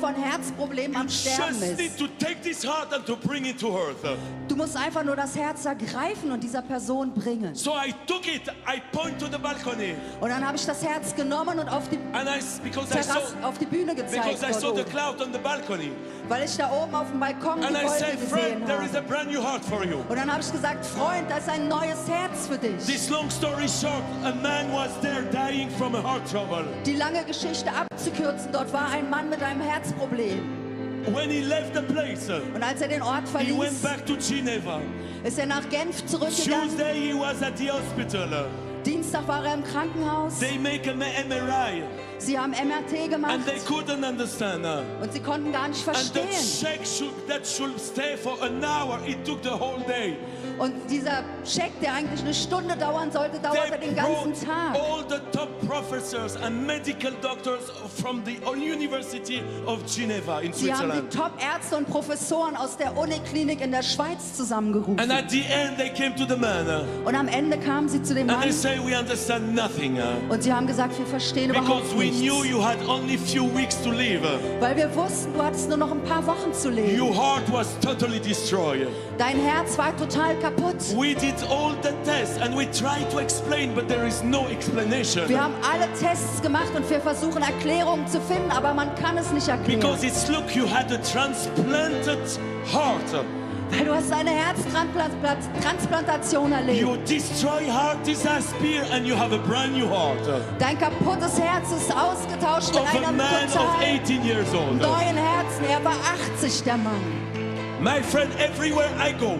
B: go.
C: von Herzproblemen am Sterben
B: Just need
C: ist.
B: to take this heart and to bring it to earth. uh,
C: Du musst einfach nur das Herz ergreifen und dieser Person bringen.
B: So I took it, I point to the balcony,
C: Und dann habe ich das Herz genommen und auf die,
B: and I s- because I
C: Terrasse,
B: saw
C: auf die Bühne gezeigt,
B: because I
C: dort
B: saw the
C: oben,
B: cloud on the balcony,
C: weil ich da oben auf dem Balkon die
B: and I
C: Wolke
B: said, friend,
C: gesehen
B: there is a
C: habe.
B: brand new heart for you.
C: Und dann habe ich gesagt, Freund, das ist ein neues Herz für dich.
B: This long story short, a man was there dying from a heart trouble.
C: Die lange Geschichte abzukürzen, dort war ein Mann mit einem Herzproblem.
B: When he left the place, uh,
C: Und als er den Ort
B: he went
C: verließ,
B: back to Geneva.
C: ist er nach Genf zurückgegangen.
B: Tuesday he was at the hospital.
C: Dienstag war er im Krankenhaus.
B: They make an MRI
C: Sie haben MRT
B: and
C: gemacht.
B: they couldn't understand. uh,
C: Und sie konnten gar nicht
B: And that
C: verstehen.
B: check should, that should stay for an hour. It took the whole day.
C: Und dieser Check, der eigentlich eine Stunde dauern sollte, dauerte
B: They
C: den ganzen
B: brought
C: Tag.
B: all the top professors and medical doctors from the University of Geneva in
C: Sie haben die
B: Switzerland.
C: Top-Ärzte und Professoren aus der Uniklinik in der Schweiz
B: And
C: zusammengerufen.
B: at the end, they came to the man uh,
C: Und am Ende kamen sie zu dem
B: and they
C: Mann
B: say, "We understand nothing." uh,
C: und sie haben gesagt, wir verstehen
B: Because
C: überhaupt
B: we knew
C: nichts.
B: you had only few weeks to live. uh,
C: Weil wir wussten, du hattest nur noch ein paar Wochen zu leben.
B: Your heart was totally destroyed.
C: Dein Herz war total kaputt.
B: We did all the tests and we tried to explain, but there is no explanation.
C: Wir haben alle Tests gemacht und wir versuchen Erklärungen zu finden, aber man kann es nicht erklären.
B: Because it's look, you had a transplanted heart.
C: Weil du hast eine Herztransplantation erlebt.
B: Your destroyed heart is aspire and you have a brand new heart. Of
C: Dein kaputtes Herz ist ausgetauscht mit
B: a
C: einem
B: man of
C: total
B: 18 years old.
C: neuen Herzen. Er war 80, der Mann.
B: My friend, everywhere I go,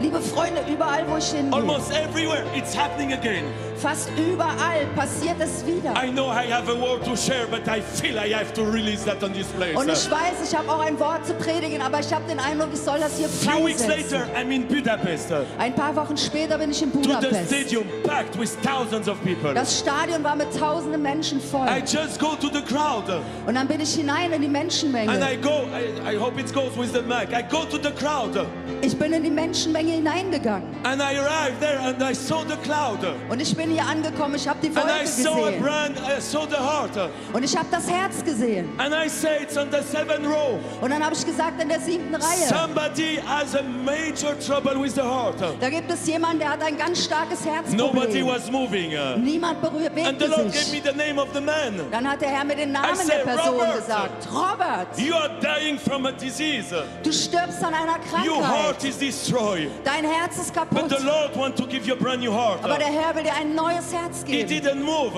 C: Liebe Freunde, überall, wo ich hingehe,
B: almost everywhere, it's happening again.
C: fast überall passiert es wieder.
B: I know I have a word to share, but I feel I have to release that on this place.
C: Und ich weiß, ich habe auch ein Wort zu predigen, aber ich habe den Eindruck, ich soll das hier
B: Few weeks later,
C: freisetzen.
B: I'm in Budapest. uh,
C: Ein paar Wochen später bin ich in
B: to the
C: Budapest.
B: stadium packed with thousands of people.
C: Das Stadion war mit tausenden Menschen
B: I
C: voll.
B: just go to the crowd uh,
C: Und dann bin ich hinein in die
B: and I
C: Menschenmenge.
B: go. I, I hope it goes with the mic. I go to the crowd uh,
C: Ich bin in die Menschenmenge hineingegangen.
B: and I arrive there and I saw the cloud uh,
C: Und ich bin hier angekommen, ich habe die
B: and
C: Wolke
B: I saw a
C: gesehen.
B: brand. I saw the heart uh,
C: Und ich habe das Herz gesehen.
B: and I say it's on the seventh row.
C: Und dann habe ich gesagt, in der siebten Reihe,
B: Somebody has a major trouble with the heart. uh.
C: da gibt es jemanden, der hat ein ganz starkes
B: Nobody
C: Herzproblem.
B: was moving. uh,
C: Niemand berührt
B: and the Lord gave me
C: sich.
B: the name of the man.
C: Dann hat der Herr mir den
B: I
C: Namen
B: say,
C: der Person
B: Robert.
C: gesagt. Robert,
B: You are dying from a disease. uh,
C: du stirbst an einer
B: Your
C: Krankheit.
B: heart is destroyed.
C: Dein Herz ist
B: But
C: kaputt.
B: the Lord wants to give you a brand new heart.
C: Aber der Herr will dir ein neues Herz
B: He
C: geben.
B: didn't move,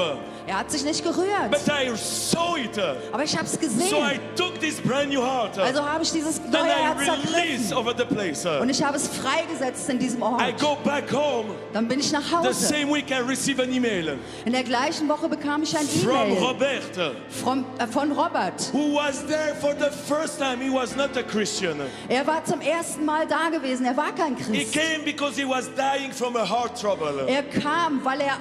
C: Er hat sich nicht gerührt.
B: but I saw it. So
C: Aber ich habe es
B: I
C: gesehen.
B: took this brand new heart and
C: Also habe ich dieses neue
B: I
C: Herz
B: release
C: ergriffen.
B: over the place.
C: Und ich habe es freigesetzt in diesem
B: I
C: Ort.
B: go back home.
C: Dann bin ich nach
B: The
C: Hause.
B: same week I receive an email
C: In der gleichen Woche bekam ich ein
B: from
C: E-Mail
B: Robert,
C: vom- äh, von Robert.
B: who was there for the first time. He was not a Christian.
C: Er war zum ersten Mal da gewesen. Er war kein
B: He
C: Christ.
B: came because he was dying from a heart trouble.
C: Er kam, weil er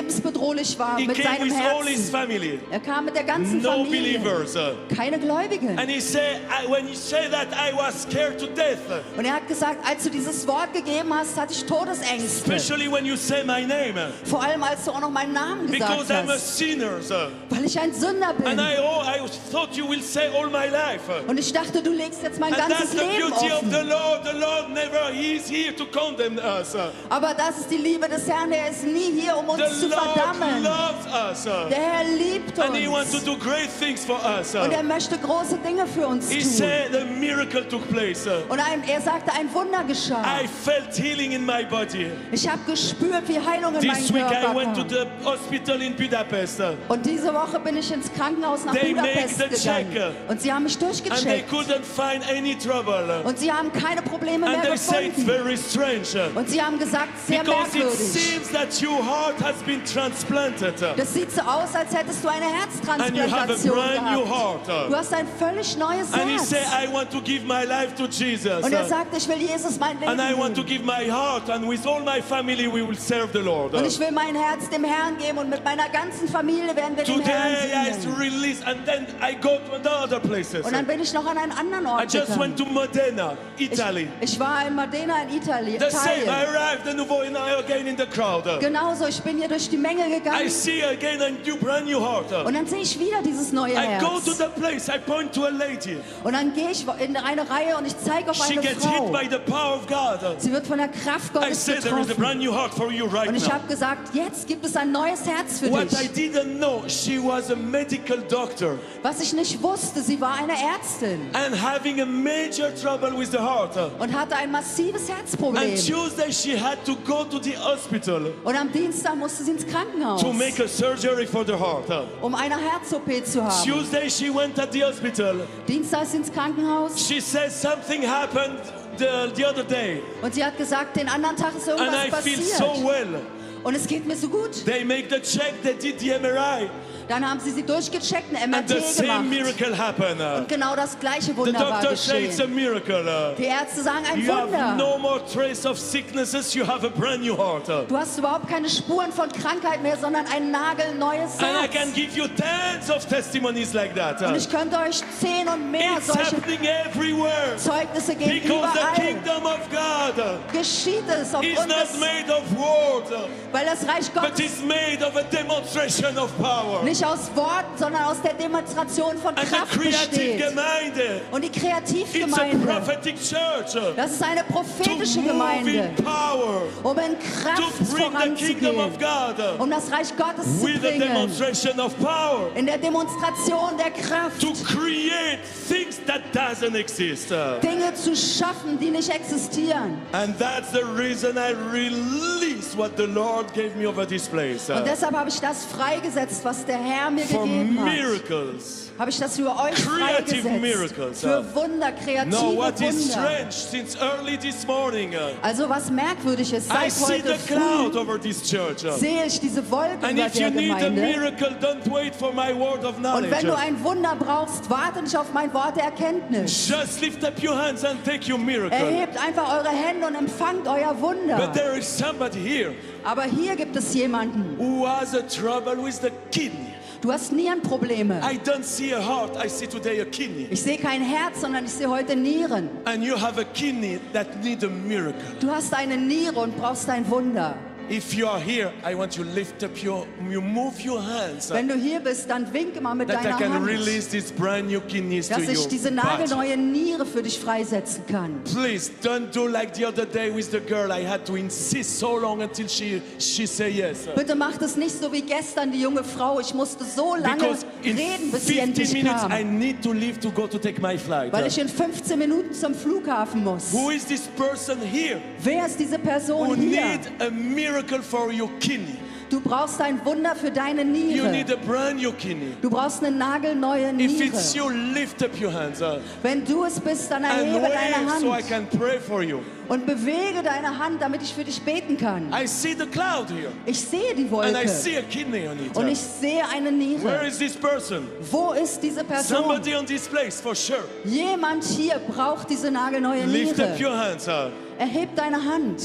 C: lebensbedrohlich war
B: He
C: mit
B: came
C: seinem
B: with all his
C: Herzen.
B: family,
C: Er kam mit der ganzen
B: no
C: Familie.
B: believers. And
C: Keine Gläubigen.
B: he said, I- when you say that, I was scared to death.
C: Und er hat gesagt, als du dieses Wort gegeben hast, hatte ich Todesängste.
B: Especially when you say my name.
C: Vor allem, als du auch noch meinen Namen gesagt
B: Because I'm a
C: hast.
B: sinner. sir.
C: Weil ich ein Sünder
B: And I,
C: bin.
B: oh, I thought you will say all my life. And
C: Und ich dachte, du legst jetzt mein
B: that's
C: ganzes
B: the
C: Leben
B: beauty of the
C: offen.
B: Lord. The Lord never he is here to condemn us. The
C: Aber das ist die Liebe des Herrn. Er ist nie hier, um uns zu
B: Lord
C: verdammen.
B: loves us.
C: Der Herr liebt
B: And he wants to
C: uns.
B: do great things for us.
C: Und er möchte große Dinge für uns
B: He
C: tun.
B: said a miracle took place.
C: Und ein, er sagte, ein Wunder geschah.
B: I felt healing in my body.
C: Ich habe gespürt, wie Heilung in meinen
B: This week I
C: Körper
B: went to
C: kam.
B: the hospital in Budapest. uh, And
C: Und diese Woche bin ich ins Krankenhaus nach
B: They
C: Budapest
B: make the
C: gegangen.
B: check.
C: Und sie haben mich
B: they
C: durchgecheckt.
B: couldn't find any trouble. uh,
C: Und sie haben keine Probleme mehr
B: And they say it's
C: gefunden.
B: very strange. uh,
C: Und sie haben gesagt, sehr
B: Because it
C: merkwürdig.
B: seems that your heart has has been transplanted. uh,
C: Das sieht so aus, als hättest du eine
B: And you have a
C: Herztransplantation
B: brand new
C: gehabt.
B: heart. uh,
C: Du hast ein völlig neues
B: And he
C: Herz.
B: said, I want to give my life to Jesus.
C: Und er
B: uh,
C: sagt, ich will Jesus mein Leben
B: And I want to
C: geben.
B: give my heart, and with all my family, we will serve the Lord. uh."
C: Und ich will mein Herz dem Herrn geben und mit meiner ganzen Familie werden wir dem
B: Today I
C: Herrn dienen.
B: release, and then I go to the other places.
C: Und dann bin ich noch an einen anderen
B: I
C: Ort
B: just went
C: gegangen.
B: to Modena,
C: Ich,
B: Italy.
C: ich war in Modena in Itali
B: The same, I
C: Italien.
B: arrived de nouveau and I again in the crowd.
C: Genauso, ich bin hier durch die Menge
B: I
C: gegangen
B: see again a new brand new heart.
C: und dann sehe ich wieder dieses neue
B: I go to
C: Herz.
B: the place, I point to a lady.
C: Und dann gehe ich in eine Reihe und ich zeige auf
B: She
C: eine
B: gets hit
C: Frau.
B: by the power of God.
C: Sie wird von der Kraft
B: I
C: Gottes
B: say there is a
C: getroffen.
B: brand new heart for you right
C: Und ich
B: now.
C: habe gesagt, jetzt gibt es ein neues Herz für
B: What I
C: dich.
B: didn't know, she was a medical doctor
C: Was ich nicht wusste, sie war eine Ärztin
B: and having a major trouble with the heart.
C: und hatte ein massives
B: And
C: Herzproblem.
B: Tuesday she had to go to the hospital
C: Und am Dienstag musste sie ins Krankenhaus,
B: to make a surgery for the heart.
C: um eine Herz-OP zu haben.
B: Tuesday she went at the hospital.
C: Dienstag ist sie ins Krankenhaus
B: She says something happened the, the other day
C: und sie hat gesagt, den anderen Tag ist
B: and I
C: irgendwas
B: feel so
C: passiert.
B: well.
C: Und es geht mir so gut.
B: They make the check, they did the MRI
C: Dann haben sie sie durchgecheckt, eine
B: and the
C: MRT
B: same
C: gemacht.
B: miracle happened.
C: Und genau das gleiche
B: The
C: Wunder war
B: doctor says it's a
C: geschehen.
B: miracle.
C: Die Ärzte sagen ein
B: You have
C: Wunder.
B: no more trace of sicknesses, you have a brand new heart. And
C: Du hast überhaupt keine Spuren von Krankheit mehr, sondern ein nagelneues
B: I can
C: Herz.
B: give you tens of testimonies like that.
C: Und ich könnte euch zehn und mehr
B: It's
C: solche
B: happening everywhere.
C: Zeugnisse geben.
B: Because the
C: Überall
B: kingdom of God
C: geschieht es
B: is
C: aufgrund
B: not
C: des,
B: made of words,
C: weil das Reich
B: but
C: Gottes
B: is made of a demonstration of power.
C: nicht aus Worten, sondern aus der Demonstration von
B: And the
C: Kraft
B: creative
C: besteht.
B: Gemeinde,
C: Und die
B: it's a
C: Kreativgemeinde,
B: prophetic church to
C: das ist eine prophetische
B: move
C: Gemeinde,
B: in power,
C: um in
B: to
C: Kraft
B: bring the kingdom
C: voranzugehen,
B: of God
C: um das Reich Gottes zu
B: with a
C: bringen,
B: demonstration of power.
C: in der Demonstration der Kraft,
B: To create things that doesn't exist.
C: Dinge zu schaffen, die nicht existieren.
B: And that's the reason I release what the Lord gave me over this place.
C: Und deshalb habe ich das freigesetzt, was der Herr mir
B: For
C: gegeben hat.
B: miracles.
C: Habe ich das für euch
B: Creative miracles,
C: freigesetzt. Für
B: ja.
C: Wunder, kreative
B: No, what is
C: Wunder.
B: strange since early this morning, uh,
C: Also was merkwürdig ist,
B: I
C: seit
B: see
C: heute
B: the cloud
C: früh
B: over this church. uh,
C: sehe ich diese Wolke
B: and
C: über
B: if you
C: der
B: need a
C: Gemeinde.
B: miracle, don't wait for my word of
C: Und
B: knowledge.
C: wenn du
B: uh,
C: ein Wunder brauchst, warte nicht auf mein Wort der Erkenntnis.
B: Just lift up your hands and take your miracle.
C: Erhebt einfach eure Hände und empfangt euer
B: But
C: Wunder.
B: there is somebody here
C: Aber hier gibt es jemanden.
B: who has a trouble with the kidney.
C: Du hast Nierenprobleme.
B: I don't see a heart, I see today a kidney.
C: Ich sehe kein Herz, sondern ich sehe heute Nieren.
B: And you have a kidney that need a miracle.
C: Du hast eine Niere und brauchst ein Wunder.
B: If you are here, I want you lift up your, you move your hands. uh,
C: Wenn du hier bist, dann winke mal mit
B: That I
C: deiner
B: can
C: Hand,
B: release these brand new kidneys to
C: dass
B: you.
C: ich diese nagelneue Niere für dich freisetzen kann.
B: Please don't do like the other day with the girl. I had to insist so long until she she say yes.
C: Bitte mach das nicht so wie gestern die junge Frau. Ich musste so lange
B: Because in
C: reden, bis sie
B: 15
C: endlich
B: minutes I
C: kam,
B: need to leave to go to take my flight.
C: weil ich in 15 Minuten zum Flughafen muss.
B: Who is this person here
C: Wer ist diese
B: who
C: Person hier?
B: need a miracle for your kidney?
C: Du brauchst ein Wunder für deine
B: You need
C: Niere.
B: a brand new kidney.
C: Du brauchst eine nagelneue
B: If it's
C: Niere.
B: you, lift up your hands uh,
C: Wenn du es bist, dann
B: and
C: erhebe deine
B: wave so I
C: Hand
B: can pray for you.
C: und bewege deine Hand, damit ich für dich beten kann.
B: I see the cloud here
C: Ich sehe die
B: and I
C: Wolke
B: see a kidney on it.
C: und
B: uh.
C: ich sehe eine
B: Where
C: Niere.
B: is this person?
C: Wo ist diese Person?
B: Somebody on this place for sure.
C: Jemand hier braucht diese nagelneue
B: Lift up
C: Niere.
B: your hands. uh.
C: Erheb deine Hand.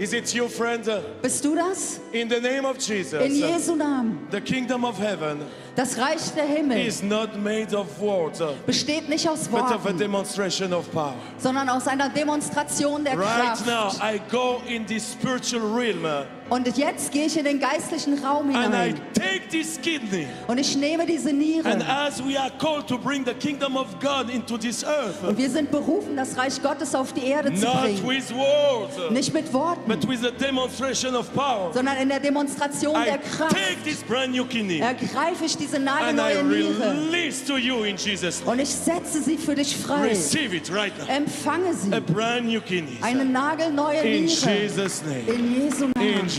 B: Is it you, friend? Uh,
C: Bist du das?
B: In the name of Jesus, uh,
C: In Jesu Namen.
B: the kingdom of heaven
C: Das Reich der Himmel
B: is not made of words, uh,
C: besteht nicht aus
B: but of a
C: Worten,
B: demonstration of power.
C: sondern aus einer Demonstration der
B: Right now,
C: Kraft.
B: I go in the spiritual realm uh,
C: Und jetzt gehe ich in den geistlichen Raum
B: and I
C: hinein
B: take this kidney.
C: und ich nehme diese
B: And
C: Niere.
B: as we are called to bring the kingdom of God into this earth, uh,
C: Und wir sind berufen, das Reich Gottes auf die Erde zu
B: not
C: bringen.
B: with words, uh,
C: Nicht mit Worten,
B: but with a demonstration of power,
C: sondern in der Demonstration
B: I
C: der Kraft
B: take this brand new kidney
C: ergreife ich diese
B: and I
C: nagelneue Niere
B: release to you in Jesus' name.
C: und ich setze sie für dich frei.
B: Receive it right now.
C: Empfange
B: A
C: sie.
B: brand new kidney.
C: Eine nagelneue
B: In
C: Niere.
B: Jesus' name.
C: In Jesu
B: In
C: Namen.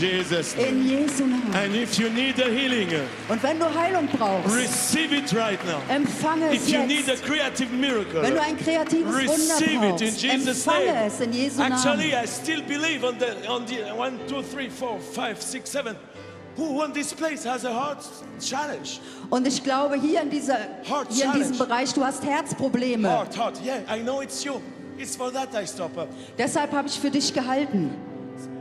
B: Jesus' name.
C: In Jesu Namen.
B: And if you need a healing, uh,
C: Und wenn du Heilung brauchst,
B: receive it right now.
C: empfange es
B: If you need a
C: jetzt.
B: creative miracle,
C: Wenn du ein kreatives
B: receive
C: Wunder
B: it in
C: brauchst,
B: Jesus'
C: empfange
B: name.
C: es in Jesu Namen.
B: Actually, I still believe on the on the one, two, three, four, five, six, seven. Who in this place has a heart challenge?
C: Und ich glaube, hier in, dieser,
B: Heart
C: hier in diesem
B: challenge.
C: Bereich, du hast Herzprobleme.
B: Heart, heart. Yeah, I know it's you. It's for that I stop up.
C: Deshalb habe ich für dich gehalten.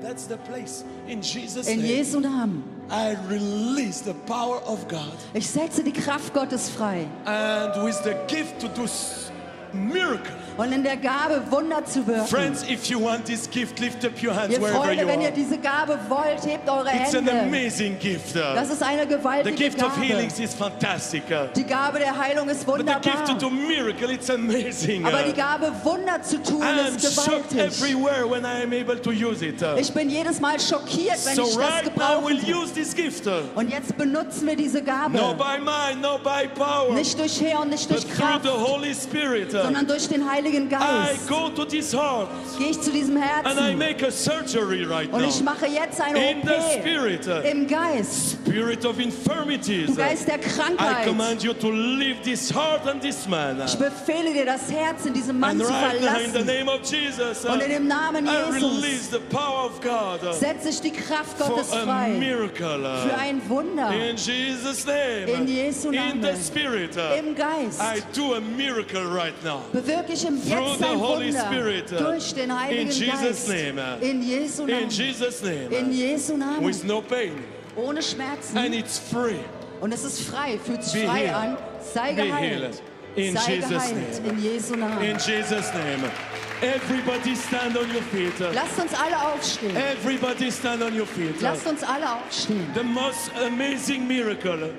B: That's the place. In Jesus'
C: In
B: name,
C: Jesu Namen.
B: I release the power of God
C: Ich setze die Kraft Gottes frei.
B: and with the gift to do s- miracle.
C: Und in der Gabe Wunder zu wirken.
B: Friends, if you want this gift, lift up your hands
C: Ihr
B: wherever
C: Freunde,
B: you
C: wenn ihr
B: are.
C: diese Gabe wollt, hebt eure
B: It's an
C: Hände.
B: amazing gift. uh,
C: Das ist eine
B: the
C: gewaltige
B: gift of
C: Gabe.
B: healings is fantastic. uh,
C: Die Gabe der Heilung ist
B: but the gift to do
C: wunderbar.
B: miracle, it's amazing.
C: Aber die
B: uh,
C: Gabe Wunder zu tun
B: I am
C: ist
B: shocked
C: gewaltig.
B: everywhere when I am able to use it. uh.
C: Ich bin jedes Mal schockiert, wenn
B: So
C: ich das
B: right now
C: gebrauche.
B: we'll use this gift. uh,
C: Und jetzt benutzen wir diese
B: No
C: Gabe.
B: by mind, no by power,
C: Nicht durch Heer und nicht
B: but
C: durch
B: through
C: Kraft,
B: the Holy Spirit. uh.
C: sondern durch den Heiligen
B: I
C: Geist.
B: go to this heart
C: Gehe ich zu diesem
B: and I
C: Herzen
B: make a surgery right
C: und ich
B: now.
C: mache jetzt eine
B: In the
C: OP
B: spirit, uh,
C: im Geist,
B: spirit of
C: im
B: infirmities. uh,
C: Geist der
B: I
C: Krankheit.
B: command you to leave this heart and this man. uh,
C: Ich befehle dir, das Herz in diesem Mann
B: And
C: zu
B: right now, in the
C: verlassen.
B: name of Jesus, uh,
C: Und in dem Namen
B: I release
C: Jesus
B: the power of God uh,
C: setze ich die Kraft
B: for
C: Gottes
B: a
C: frei
B: miracle. uh,
C: für ein Wunder
B: In Jesus' name.
C: In Jesu
B: In the
C: Namen.
B: spirit. uh,
C: im Geist.
B: I do a miracle right now.
C: Bewirke ich im
B: Through
C: Jetzt
B: the
C: ein
B: Holy
C: Wunder
B: Spirit, uh,
C: durch den
B: in
C: Heiligen
B: Jesus'
C: Geist.
B: name, uh,
C: In Jesu
B: In
C: Namen.
B: Jesus' name.
C: In
B: uh,
C: Jesu Namen.
B: With no pain.
C: Ohne Schmerzen.
B: And it's free.
C: Und es ist frei, fühlt sich
B: Be
C: frei
B: healed.
C: an. Sei
B: Be
C: geheilt.
B: healed. In
C: Sei
B: Jesus'
C: geheilt.
B: name.
C: In Jesu Namen.
B: In Jesus' name. uh, Everybody stand on your feet. uh,
C: Lasst uns alle aufstehen.
B: Everybody stand on your feet. uh,
C: Lasst uns alle aufstehen.
B: The most amazing miracle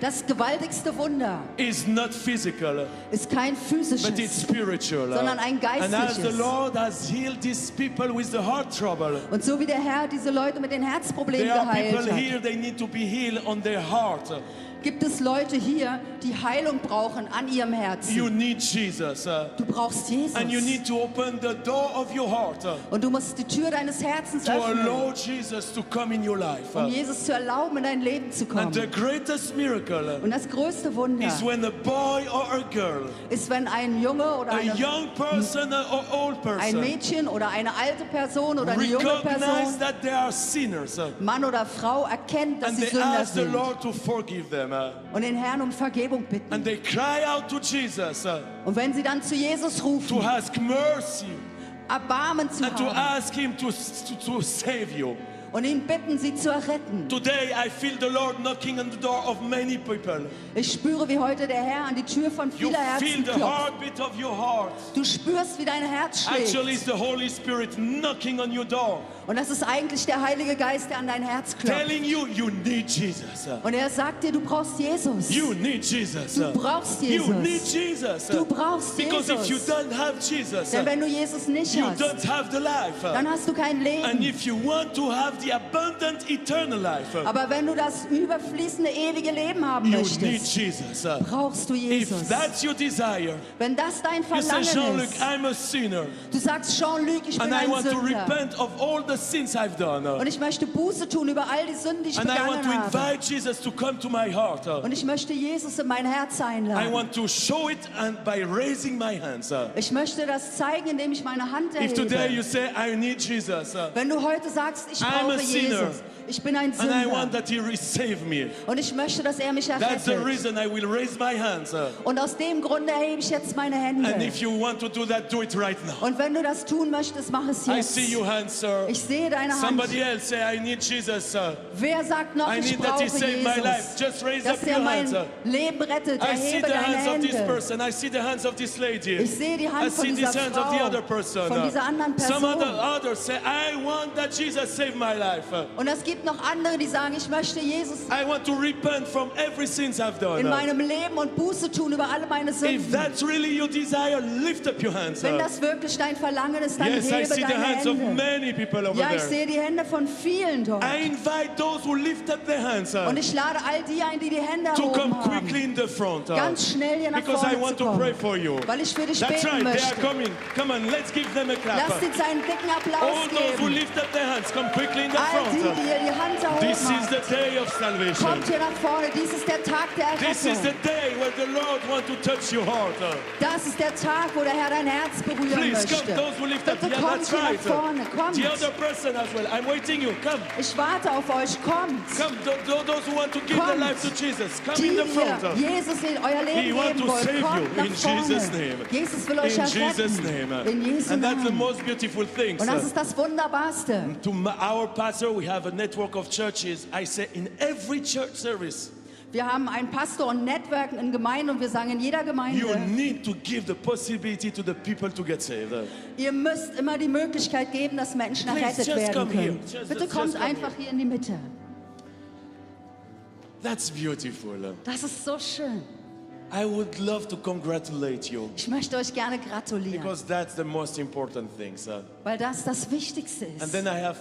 C: Das gewaltigste Wunder
B: is not physical, uh,
C: ist kein
B: but it's
C: physisches.
B: spiritual. uh,
C: Sondern ein
B: And as the
C: geistliches.
B: Lord has healed these people with the heart trouble,
C: Und so wie der Herr diese Leute mit den Herzproblemen
B: there are
C: geheilt
B: people
C: hat,
B: here, they need to be healed on their heart. uh,
C: gibt es Leute hier, die Heilung brauchen an ihrem
B: You
C: Herzen.
B: need Jesus. uh,
C: Du brauchst
B: And you
C: Jesus.
B: need to open the door of your heart uh,
C: Und du musst die Tür deines Herzens
B: to
C: öffnen,
B: allow Jesus to come in your life. uh.
C: um Jesus zu erlauben, in dein Leben zu
B: And the
C: kommen.
B: greatest miracle uh,
C: Und das größte Wunder
B: is when a boy or a girl,
C: ist, wenn ein Junge oder
B: a
C: eine
B: young person uh, or old
C: ein
B: person,
C: Mädchen oder eine alte Person oder eine junge
B: recognize
C: Person,
B: that they are sinners uh,
C: Mann oder Frau erkennt, dass
B: and
C: sie
B: they
C: Sünder
B: ask the
C: sind
B: Lord to forgive them. uh,
C: und den Herrn um Vergebung bitten.
B: And they cry out to Jesus uh,
C: Und wenn sie dann zu Jesus
B: to
C: rufen,
B: ask mercy
C: Erbarmen zu
B: and to
C: haben
B: ask Him to, s- to, to save you.
C: und ihn bitten, sie zu erretten.
B: Today I feel the Lord knocking on the door of many people.
C: Ich spüre, wie heute der Herr an die Tür von
B: You
C: vieler
B: feel
C: Herzen
B: the
C: klopft.
B: heartbeat of your heart.
C: Du spürst, wie dein Herz
B: Actually,
C: schlägt.
B: it's the Holy Spirit knocking on your door,
C: Und das ist eigentlich der Heilige Geist, der an dein Herz klopft.
B: telling you you need Jesus.
C: Und er sagt dir, du brauchst Jesus.
B: You need Jesus.
C: Du brauchst
B: You need
C: Jesus.
B: Jesus.
C: Du brauchst
B: Because if you
C: Jesus.
B: don't have Jesus,
C: Denn wenn du Jesus nicht
B: you
C: hast,
B: don't have the life.
C: dann hast du kein
B: And
C: Leben.
B: if you want to have the abundant eternal life,
C: Aber wenn du das überfließende ewige Leben haben
B: you need
C: möchtest,
B: Jesus.
C: brauchst du
B: If
C: Jesus.
B: that's your desire,
C: Wenn das dein
B: you say,
C: Verlangen
B: Jean-Luc,
C: ist,
B: I'm a sinner,
C: du sagst, Jean-Luc, ich
B: and
C: bin
B: I
C: ein
B: want to
C: Sünder.
B: repent of all the sins I've
C: Und
B: done,
C: ich möchte Buße tun über all die Sünden, die ich
B: and I want to
C: begangen habe.
B: invite Jesus to come to my heart.
C: Und ich möchte Jesus in mein Herz
B: I
C: einladen.
B: want to show it and by raising my hands. uh,
C: Ich möchte das zeigen, indem ich meine Hand
B: if today you
C: erhebe.
B: say, I need Jesus, uh,
C: Wenn du heute sagst, ich
B: I'm a
C: brauche
B: sinner.
C: Jesus, ich bin ein
B: and I want
C: Sünder
B: that He will save me,
C: und ich möchte, dass er mich
B: that's the
C: errettet.
B: reason I will raise my hands. uh,
C: Und aus dem Grunde erhebe ich jetzt meine
B: and
C: Hände.
B: if you want to do that, do it right now.
C: Und wenn du das tun möchtest, mach es
B: I
C: jetzt.
B: see your hands, sir.
C: Ich sehe deine Hand.
B: Somebody else say, I need Jesus. uh,
C: Wer sagt noch,
B: I
C: ich
B: need that
C: brauche
B: he saved my life. Oh, Just
C: Jesus,
B: raise
C: dass
B: up
C: er
B: your
C: mein
B: hands up.
C: Leben rettet?
B: I see
C: Erhebe
B: the
C: deine
B: hands of this
C: Hände.
B: person. I see the hands of this lady.
C: Ich sehe die
B: I
C: Hand
B: see
C: von
B: these
C: dieser
B: hands of the other
C: Frau,
B: person.
C: von
B: uh,
C: dieser anderen
B: Some other
C: Person.
B: others say, I want that Jesus save my life. uh,
C: Und es gibt noch andere, die sagen, ich möchte Jesus
B: I want to repent from every sins I've done.
C: in
B: uh,
C: meinem Leben und Buße tun über alle meine
B: If
C: Sünden.
B: that's really your desire, lift up your hands.
C: Wenn
B: uh.
C: das wirklich dein Verlangen ist, dann
B: Yes, I
C: hebe
B: see the
C: deine
B: hands of
C: Hände.
B: many people over
C: Ja, ich
B: there.
C: sehe die Hände von vielen dort.
B: I invite those who lift up their hands uh,
C: Und ich lade all die ein, die die Hände
B: to come
C: erhoben haben.
B: quickly in the front. uh,
C: Ganz schnell hier nach
B: because I
C: vorne
B: want
C: zu
B: to pray
C: kommen.
B: for you.
C: Weil ich für dich
B: That's
C: beten
B: right, they are
C: möchte.
B: coming. Come on, let's give them a clap.
C: Lasst
B: uh.
C: uns einen dicken
B: All
C: Applaus
B: those who
C: geben.
B: lift up their hands, come quickly in the
C: All
B: front.
C: die,
B: uh.
C: die die Hand
B: This
C: erhoben
B: is
C: hat,
B: the day of salvation.
C: kommt hier nach vorne. Dies ist der Tag der
B: This is the
C: Errettung.
B: day where the Lord wants to touch your heart.
C: Das ist der Tag, wo der Herr dein Herz berühren
B: Please come,
C: möchte.
B: those who lift up
C: Bitte
B: the other
C: kommt hier nach
B: side.
C: vorne, kommt.
B: The other person as well. I'm waiting you. Come,
C: Ich warte auf euch, kommt.
B: come. Th- th- Those who want to give their
C: Kommt.
B: life to Jesus, come
C: Die
B: in the front.
C: ihr Jesus in euer
B: He
C: Leben
B: want
C: geben
B: to save you
C: wollt, kommt nach
B: in
C: vorne.
B: Jesus' name.
C: Jesus will euch
B: In
C: erretten.
B: Jesus' name.
C: In Jesu
B: And that's the
C: Namen.
B: most uh, beautiful thing.
C: Und das
B: sir.
C: ist das Wunderbarste.
B: To m- our pastor, we have a network of churches. I say in every church service,
C: Wir haben einen Pastor und Netzwerken in Gemeinden und wir sagen in jeder
B: you
C: Gemeinde,
B: need to give the possibility to the people to get saved.
C: ihr müsst immer die Möglichkeit geben, dass Menschen
B: Please,
C: errettet
B: just
C: werden
B: come
C: können.
B: here. Just-
C: Bitte
B: just
C: kommt
B: come
C: einfach hier in die Mitte.
B: That's beautiful.
C: Das ist so schön.
B: I would love to congratulate you
C: Ich möchte euch gerne gratulieren,
B: because that's the most important thing. sir.
C: weil das das Wichtigste
B: And
C: ist.
B: then I have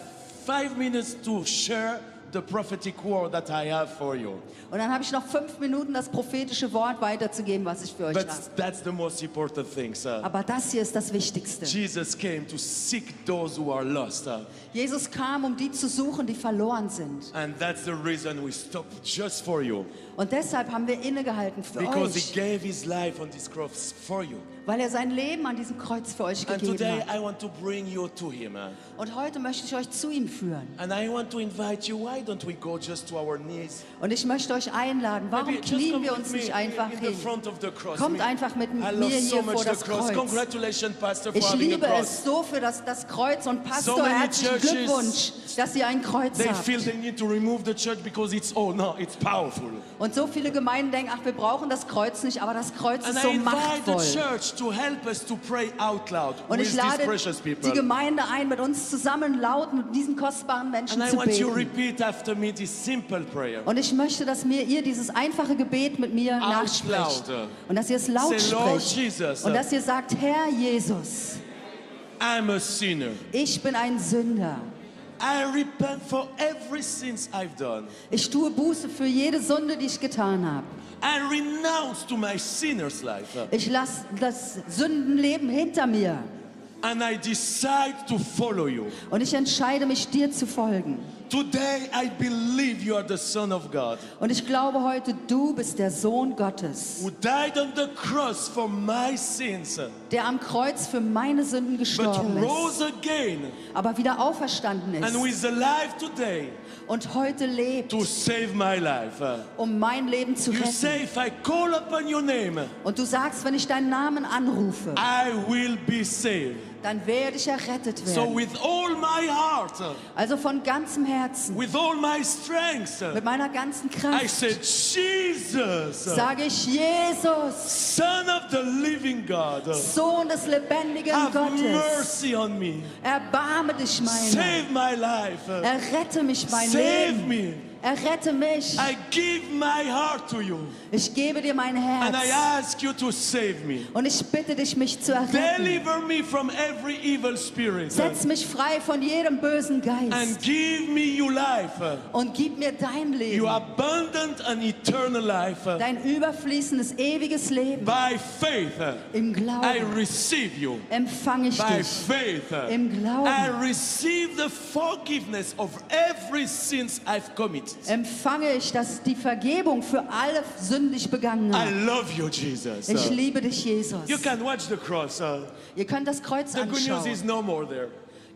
B: five minutes to share the prophetic word that I have for you.
C: Und dann habe ich noch fünf Minuten, das prophetische Wort weiterzugeben, was ich für euch habe.
B: But that's the most important thing. sir.
C: Aber das hier ist das Wichtigste.
B: Jesus came to seek those who are lost. sir.
C: Jesus kam, um die zu suchen, die verloren sind.
B: And that's the reason we stopped just for you.
C: Und deshalb haben wir innegehalten für
B: Because he
C: euch,
B: gave his life on this cross for you.
C: weil er sein Leben an diesem Kreuz für euch
B: And
C: gegeben
B: today
C: hat.
B: I want to bring you to him. eh?
C: Und heute möchte ich euch zu ihm führen.
B: And I want to invite you, why don't we go just to our knees?
C: Und ich möchte euch einladen. Warum
B: Maybe just
C: knien
B: come
C: wir
B: with
C: uns
B: me
C: nicht einfach
B: in the
C: hin?
B: front of the cross.
C: Kommt
B: Me-
C: einfach mit
B: I
C: mir
B: love so
C: hier vor
B: much the
C: das
B: cross.
C: Kreuz.
B: Congratulations, Pastor, for
C: Ich
B: having a
C: liebe
B: cross.
C: es so für das, das Kreuz und Pastor,
B: So many
C: herzlichen
B: churches,
C: Glückwunsch, dass ihr ein Kreuz
B: They
C: habt.
B: feel they need to remove the church because it's oh no, it's powerful.
C: Und so viele Gemeinden denken, ach, wir brauchen das Kreuz nicht, aber das Kreuz
B: And
C: ist
B: I
C: so
B: invite the
C: machtvoll.
B: church to help us to pray out loud
C: Und
B: with
C: ich
B: these
C: lade
B: precious
C: die
B: people.
C: Gemeinde ein, mit uns zusammen laut mit diesen kostbaren Menschen
B: And I
C: zu
B: want you to
C: beten.
B: repeat after me this simple prayer.
C: Und ich möchte, dass mir ihr dieses einfache Gebet mit mir nachsprecht.
B: loud.
C: Und dass ihr es laut
B: Say, Lord
C: sprecht.
B: Jesus.
C: Und dass ihr sagt, Herr Jesus,
B: I'm a sinner.
C: ich bin ein Sünder.
B: I repent for every sins I've done.
C: Ich tue Buße für jede Sünde, die ich getan habe.
B: I renounce to my sinner's life.
C: Ich lasse das Sündenleben hinter mir.
B: And I decide to follow you.
C: Und ich entscheide mich, dir zu folgen.
B: Today I believe you are the Son of God
C: Und ich glaube heute, du bist der Sohn Gottes,
B: who died on the cross for my sins,
C: der am Kreuz für meine Sünden
B: but
C: gestorben ist,
B: rose again
C: aber wieder auferstanden
B: and
C: ist
B: who is alive today
C: und heute lebt,
B: to save my life.
C: um mein Leben zu
B: You say,
C: retten.
B: if I call upon your name,
C: Und du sagst, wenn ich deinen Namen anrufe,
B: I will be saved.
C: dann werde ich errettet
B: So,
C: werden.
B: with all my heart,
C: Also von ganzem Herzen,
B: with all my strength,
C: mit meiner ganzen
B: I
C: Kraft,
B: said, Jesus,
C: sage ich, Jesus,
B: Son of the living God,
C: Sohn des lebendigen
B: have
C: Gottes,
B: mercy on me.
C: erbarme dich meiner,
B: Save my life.
C: errette mich mein
B: Save
C: Leben,
B: me.
C: errette mich,
B: I give my heart to you.
C: ich gebe dir mein
B: And I
C: Herz.
B: ask you to save me.
C: Und ich bitte dich, mich zu erretten.
B: Deliver me from every evil spirit.
C: Setz mich frei von jedem bösen
B: And
C: Geist
B: give me your life.
C: und gib mir dein
B: Your
C: Leben,
B: abundant and eternal life.
C: dein überfließendes ewiges Leben.
B: By faith,
C: Im
B: I
C: Glauben
B: receive you.
C: empfange ich
B: By
C: dich.
B: faith,
C: Im Glauben.
B: I receive the forgiveness of every sins I've committed.
C: Empfange ich das, die Vergebung für alle Sünden, die ich begangen
B: I
C: habe.
B: love you, Jesus.
C: Ich liebe dich, Jesus.
B: You can watch the cross. uh,
C: Ihr könnt das Kreuz
B: The good news
C: anschauen.
B: is no more there.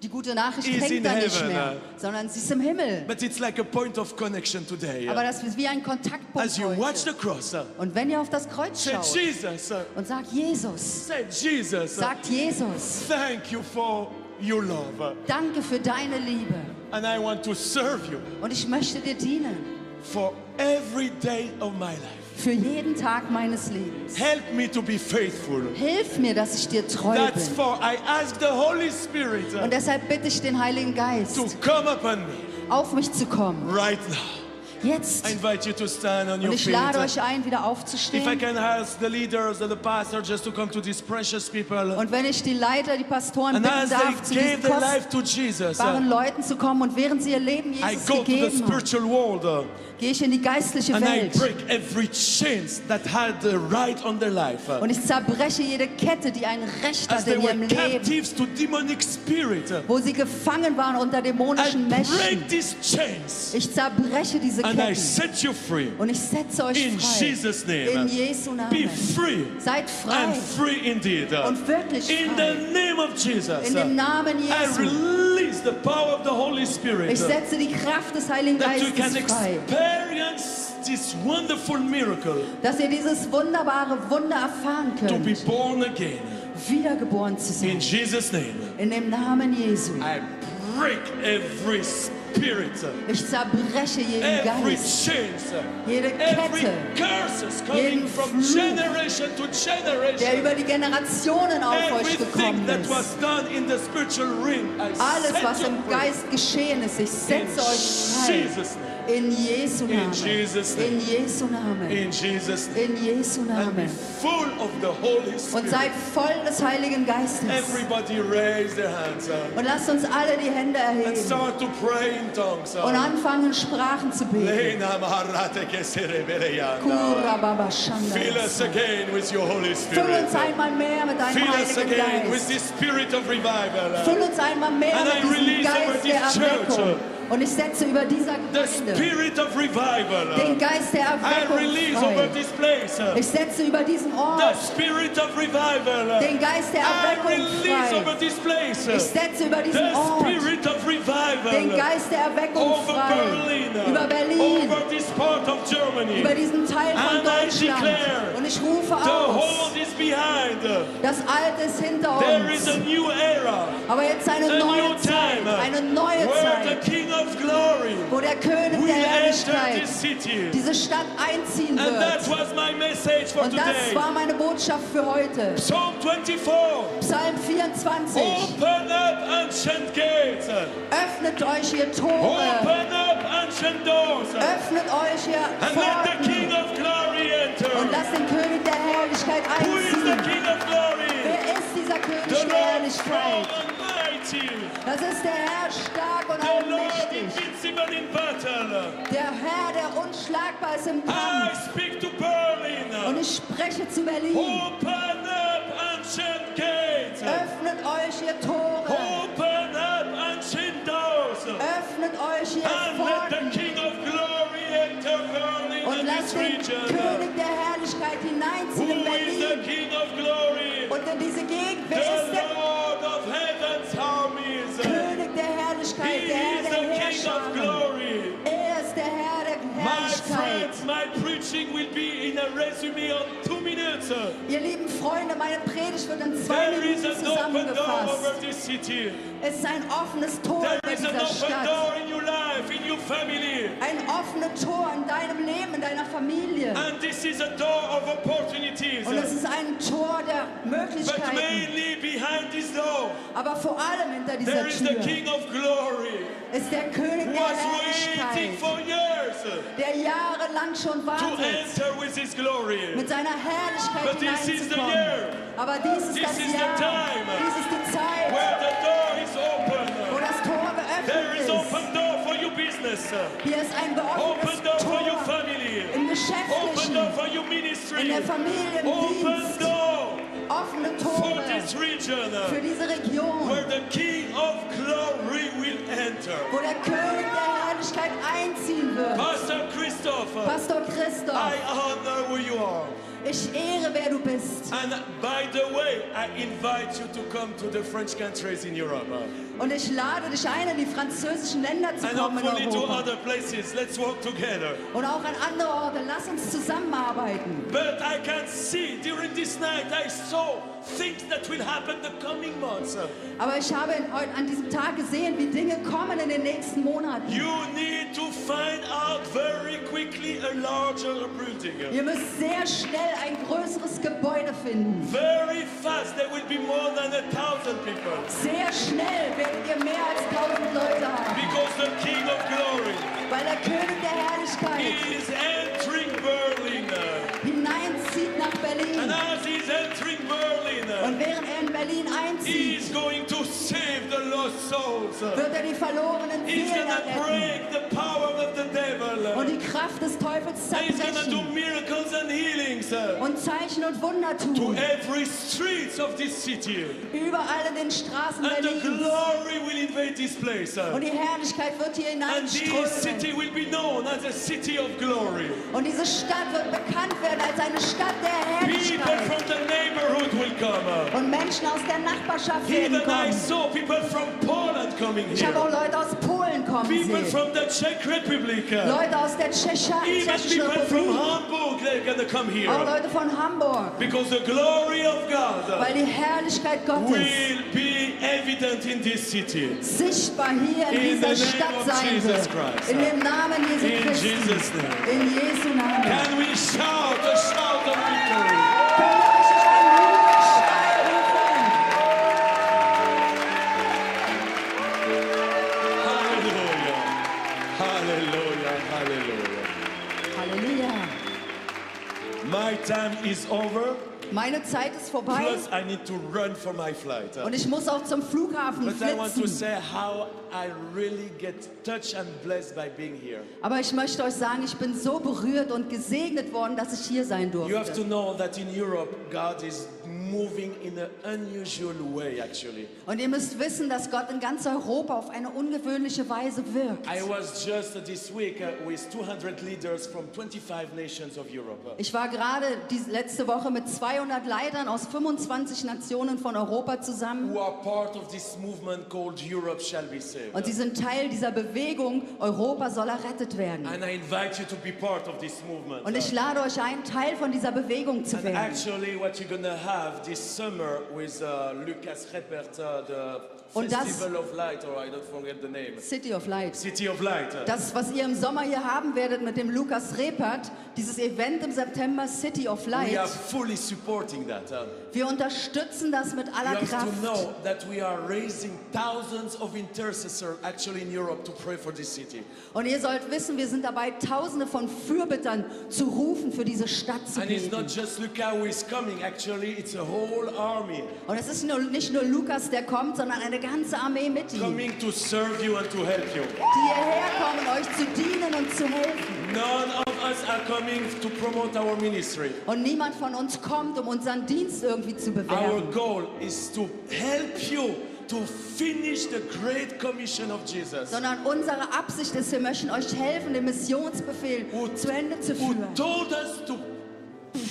C: Die gute Nachricht
B: is in
C: hängt da nicht
B: heaven, uh,
C: mehr, sondern sie ist im Himmel.
B: But it's like a point of connection today. uh,
C: Aber das ist wie ein Kontaktpunkt
B: As you watch the
C: heute.
B: cross, uh,
C: Und wenn ihr auf das Kreuz
B: say,
C: schaut
B: Jesus, uh,
C: und sagt, Jesus,
B: say, Jesus, uh,
C: sagt Jesus,
B: thank you for your love. uh,
C: Danke für deine Liebe
B: And I want to serve you
C: und ich möchte dir dienen
B: for every day of my life.
C: für jeden Tag meines Lebens.
B: Help me to be faithful.
C: Hilf mir, dass ich dir treu
B: That's
C: bin.
B: for I ask the Holy Spirit uh,
C: Und deshalb bitte ich den Heiligen Geist,
B: to come upon me
C: auf mich zu kommen,
B: right now.
C: Jetzt.
B: I invite you to stand on
C: Und
B: your
C: ich
B: feet.
C: lade euch ein, wieder
B: If I
C: aufzustehen.
B: can ask the leaders and the pastor just to come to these precious people
C: Und wenn ich die Leiter, die Pastoren
B: and
C: bitten
B: as
C: darf,
B: they
C: zu
B: gave
C: diesen
B: their life
C: kostbaren
B: to Jesus, uh,
C: Leuten zu kommen und während sie ihr Leben
B: I
C: Jesus
B: go to the
C: gegeben haben,
B: spiritual world uh,
C: gehe ich in die geistliche
B: and I
C: Welt.
B: break every chains that had the right on their life. uh,
C: Und ich zerbreche jede Kette, die ein Recht
B: as
C: hat
B: they
C: in
B: were
C: ihrem Leben,
B: captives to demonic spirit. uh,
C: wo sie gefangen waren unter
B: I
C: dämonischen Mächten.
B: break these chains
C: Ich zerbreche diese
B: and I
C: Ketten
B: set you free.
C: und ich setze euch
B: In
C: frei.
B: Jesus' name.
C: In Jesu
B: Be
C: Namen.
B: free
C: Seid
B: and
C: frei
B: free indeed. uh,
C: und wirklich
B: In the
C: frei.
B: name of Jesus, uh,
C: In dem Namen
B: I
C: Jesu.
B: release the power of the Holy Spirit uh,
C: Ich setze die Kraft des Heiligen
B: that you can
C: Geistes frei,
B: experience this wonderful miracle
C: dass ihr dieses wunderbare Wunder erfahren
B: to be
C: könnt,
B: born again.
C: wiedergeboren zu
B: In
C: sein.
B: Jesus' name,
C: In dem Namen Jesu.
B: I break every spirit, uh,
C: Ich zerbreche jeden
B: every
C: Geist,
B: chains, uh,
C: jede
B: every
C: Kette,
B: curses coming
C: jeden
B: from
C: Fluch,
B: generation to
C: der über
B: generation.
C: die Generationen auf euch
B: Everything
C: gekommen
B: that was
C: ist.
B: done in the spiritual realm, I
C: Alles,
B: set
C: was
B: you
C: im
B: free.
C: Geist geschehen ist, ich
B: In
C: setze euch frei.
B: Jesus' name.
C: In Jesu
B: In
C: Namen.
B: Jesus' name.
C: In Jesu Namen.
B: In Jesus' name.
C: In Jesu
B: And be
C: Namen.
B: full of the Holy
C: Und
B: Spirit.
C: seid voll des Heiligen Geistes.
B: Everybody raise their hands up
C: Und lasst uns alle die Hände
B: and
C: erheben
B: start to pray in tongues.
C: und anfangen, Sprachen zu beten.
B: Lena Maharate Keserebeleyanda.
C: Kurababa
B: Fill us
C: Shanda.
B: again with your Holy
C: Füll
B: Spirit.
C: uns einmal mehr mit deinem
B: Fill us
C: Heiligen
B: again with
C: Geist.
B: the spirit of revival.
C: Füll uns einmal mehr
B: And I
C: mit diesem
B: release over
C: Geist der
B: this church,
C: Erweckung. Und ich setze über dieser
B: The
C: Gemeinde
B: spirit of
C: den
B: revival.
C: Geist der
B: I release
C: Erweckung
B: over
C: frei.
B: this place.
C: Ich setze über diesen
B: The
C: Ort
B: spirit of revival.
C: den Geist der
B: I
C: Erweckung
B: release
C: frei.
B: over this place
C: Ich setze über diesen
B: the
C: Ort
B: spirit of
C: den
B: revival
C: Geist der Erweckung
B: over
C: frei.
B: Berlin,
C: Über Berlin,
B: over this part of Germany.
C: über diesen Teil von
B: And I
C: Deutschland.
B: declare,
C: Und ich rufe
B: The
C: aus,
B: hold is behind.
C: das Alte ist hinter
B: There is a
C: uns.
B: new era,
C: Aber jetzt
B: a
C: eine neue
B: new
C: Zeit,
B: time,
C: eine neue
B: where the
C: Zeit,
B: King of Glory
C: wo der König
B: will
C: der
B: enter
C: Herrlichkeit
B: this city.
C: diese Stadt einziehen
B: And that
C: wird.
B: was my message for
C: Und das
B: today.
C: war meine Botschaft für heute.
B: Psalm 24.
C: Psalm 24.
B: Open up ancient gates.
C: Öffnet euch ihr Tore.
B: Open up ancient doors.
C: Öffnet euch ihr
B: And let the King
C: Pforten.
B: of Glory
C: Und
B: enter.
C: lasst den König der Herrlichkeit
B: Who is the
C: einziehen.
B: King of Glory?
C: Wer ist dieser König
B: The
C: der
B: Lord strong
C: Herrlichkeit?
B: and mighty.
C: Das ist der Herr stark und
B: The Lord
C: allmächtig.
B: invincible in battle.
C: Der Herr, der unschlagbar ist im
B: I
C: Kampf.
B: speak to
C: Und
B: Berlin.
C: ich spreche zu Berlin.
B: Open up ancient gates.
C: Öffnet euch ihr Tore.
B: Open up ancient doors.
C: Eh? Öffnet euch ihr
B: And let the
C: Pforten.
B: King of Glory enter Berlin
C: Und
B: in this
C: lasst den
B: region.
C: König der Herrlichkeit
B: Who
C: hineinziehen in
B: is the
C: Berlin.
B: King of Glory?
C: Und in diese Gegend. Wer ist
B: The
C: der
B: Lord of heaven's armies.
C: König der
B: He
C: Herrlichkeit? Der
B: is
C: Herr der
B: the King of
C: Herrscher.
B: Glory.
C: Er ist der Herr der
B: My
C: Herrlichkeit.
B: friends, my preaching will be in a resume on two minutes.
C: Ihr lieben Freunde, meine Predigt wird in zwei
B: There is
C: Minuten
B: an open door over
C: zusammengefasst.
B: this city.
C: Es ist ein offenes Tor
B: There
C: in
B: is an
C: dieser
B: open
C: Stadt.
B: door in your life, in your family.
C: Ein offenes Tor in deinem Leben, in deiner Familie.
B: And this is a door of opportunities.
C: Und es ist ein Tor der
B: But
C: Möglichkeiten.
B: mainly behind this door,
C: Aber vor allem hinter dieser
B: there is the
C: Tür
B: King of Glory
C: ist der König
B: who
C: der
B: was waiting
C: Herrlichkeit,
B: for years
C: der jahrelang schon
B: to
C: wartet,
B: enter with his glory.
C: mit seiner Herrlichkeit
B: But this is the
C: hineinzukommen. Aber dies ist
B: This
C: das
B: is the
C: Jahr,
B: time.
C: dies ist die Zeit,
B: Where the door is
C: wo
B: open,
C: das Tor
B: there is
C: geöffnet ist.
B: open door for your business,
C: Hier ist ein
B: open
C: geöffnetes
B: door for your
C: Tor
B: family,
C: im
B: open
C: Geschäftlichen,
B: door for your
C: in
B: ministry,
C: der Familie, im
B: open
C: Dienst,
B: door
C: offene
B: for
C: Tore
B: this region.
C: für diese Region,
B: where the King of Glory will enter.
C: wo der König der Herrlichkeit einziehen wird.
B: Pastor Christopher,
C: Pastor
B: I
C: Christoph,
B: honor who you are.
C: ich ehre, wer du bist.
B: And by the way, I invite you to come to the French countries in Europe uh,
C: Und ich lade dich ein, in die französischen Länder zu
B: and
C: kommen in
B: hopefully to
C: Europa.
B: other places. Let's work together.
C: Und auch an andere Orte. Lass uns zusammenarbeiten.
B: But I can see during this night, I saw things that will happen the coming months. uh.
C: Aber ich habe in- heute an diesem Tag gesehen, wie Dinge kommen in den nächsten Monaten.
B: You need to find out very quickly a larger building. uh.
C: Ihr müsst sehr schnell ein größeres Gebäude finden.
B: Very fast, there will be more than a thousand people.
C: Sehr schnell werdet ihr mehr als 1000 Leute haben,
B: Because the King of Glory
C: weil der König der
B: going to save the lost souls.
C: wird er die verlorenen
B: He's
C: Seelen
B: gonna
C: retten.
B: break the power of the devil.
C: Und die Kraft des Teufels
B: He's gonna do
C: zerbrechen.
B: miracles and healings uh,
C: Und Zeichen und Wunder
B: to
C: tun.
B: every streets of this city.
C: Überall in den Straßen
B: And the
C: Berlins.
B: glory will invade this place. uh,
C: Und die Herrlichkeit wird hier
B: And this city
C: hineinströmen.
B: will be known as a city of glory.
C: Und diese Stadt wird bekannt werden als eine Stadt der
B: People
C: Herrlichkeit.
B: from the neighborhood will come. uh,
C: Und Menschen aus der Nachbarschaft werden
B: Even I
C: kommen.
B: saw people from Poland coming
C: Ich habe auch
B: here.
C: Leute aus Polen kommen
B: People
C: sehen.
B: from the Czech Republic. uh,
C: Leute aus der Tscheche-
B: Even
C: Tschechischen
B: people from
C: Republik.
B: Hamburg, they're gonna come
C: Auch
B: here.
C: Leute von Hamburg.
B: Because the glory of God
C: Weil die Herrlichkeit Gottes
B: will be evident in this city.
C: sichtbar hier in
B: In
C: dieser
B: the name
C: Stadt
B: of
C: sein
B: Jesus
C: wird.
B: Christ.
C: In dem Namen Jesu
B: In
C: Christi.
B: Jesus' name.
C: In Jesu Namen.
B: Can we shout a shout of victory?
C: Könnt ihr euch auf einen Rufschrei rufen?
B: Hallelujah. Hallelujah. Hallelujah.
C: Halleluja.
B: My time is over.
C: Meine Zeit ist vorbei
B: Plus, I need to run for my flight.
C: und ich muss auch zum Flughafen
B: But I want to
C: flitzen.
B: say how I really get touched and blessed by being here.
C: Aber ich möchte euch sagen, ich bin so berührt und gesegnet worden, dass ich hier sein
B: You have to
C: durfte.
B: know that in Europe, God is moving in an unusual way, actually.
C: Und ihr müsst wissen, dass Gott in ganz Europa auf eine ungewöhnliche Weise wirkt.
B: I was just this week uh, with 200 leaders from 25 nations of Europe.
C: Ich war gerade die letzte Woche mit 200 Leitern aus 25 Nationen von Europa zusammen
B: Who are part of this movement called Europe Shall Be Saved.
C: und sie sind Teil dieser Bewegung, Europa soll errettet werden.
B: And I invite you to be part of this movement.
C: Und ich lade euch ein, Teil von dieser Bewegung zu
B: And
C: werden.
B: actually, what you're gonna have this summer with uh, Lucas Repert, uh, the
C: Und das-
B: Festival of Light, or I don't forget the name,
C: City of Light.
B: City of Light. uh,
C: Das, was ihr im Sommer hier haben werdet mit dem Lukas Repert, dieses Event im September City of
B: we are
C: Light,
B: fully supporting that. uh.
C: wir unterstützen das mit
B: you
C: aller
B: have to
C: Kraft.
B: know that we are raising thousands of intercessors actually in Europe to pray for this city.
C: Und ihr sollt wissen, wir sind dabei, Tausende von Fürbittern zu rufen, für diese Stadt zu
B: And it's
C: beten.
B: not just Luca who is coming, actually, it's a whole army
C: Und es ist nur, nicht nur Lukas, der kommt, sondern eine ganze Armee mit ihm, die
B: coming to serve you and to help you.
C: hierher kommen, um euch zu dienen und zu helfen.
B: None of us are coming to promote our ministry.
C: Und niemand von uns kommt, um unseren Dienst irgendwie zu
B: Our
C: bewerben.
B: goal is to help you to finish the great commission of Jesus.
C: Sondern unsere Absicht ist, wir möchten euch helfen, den Missionsbefehl
B: Who-
C: zu Ende zu
B: Who
C: führen.
B: told us to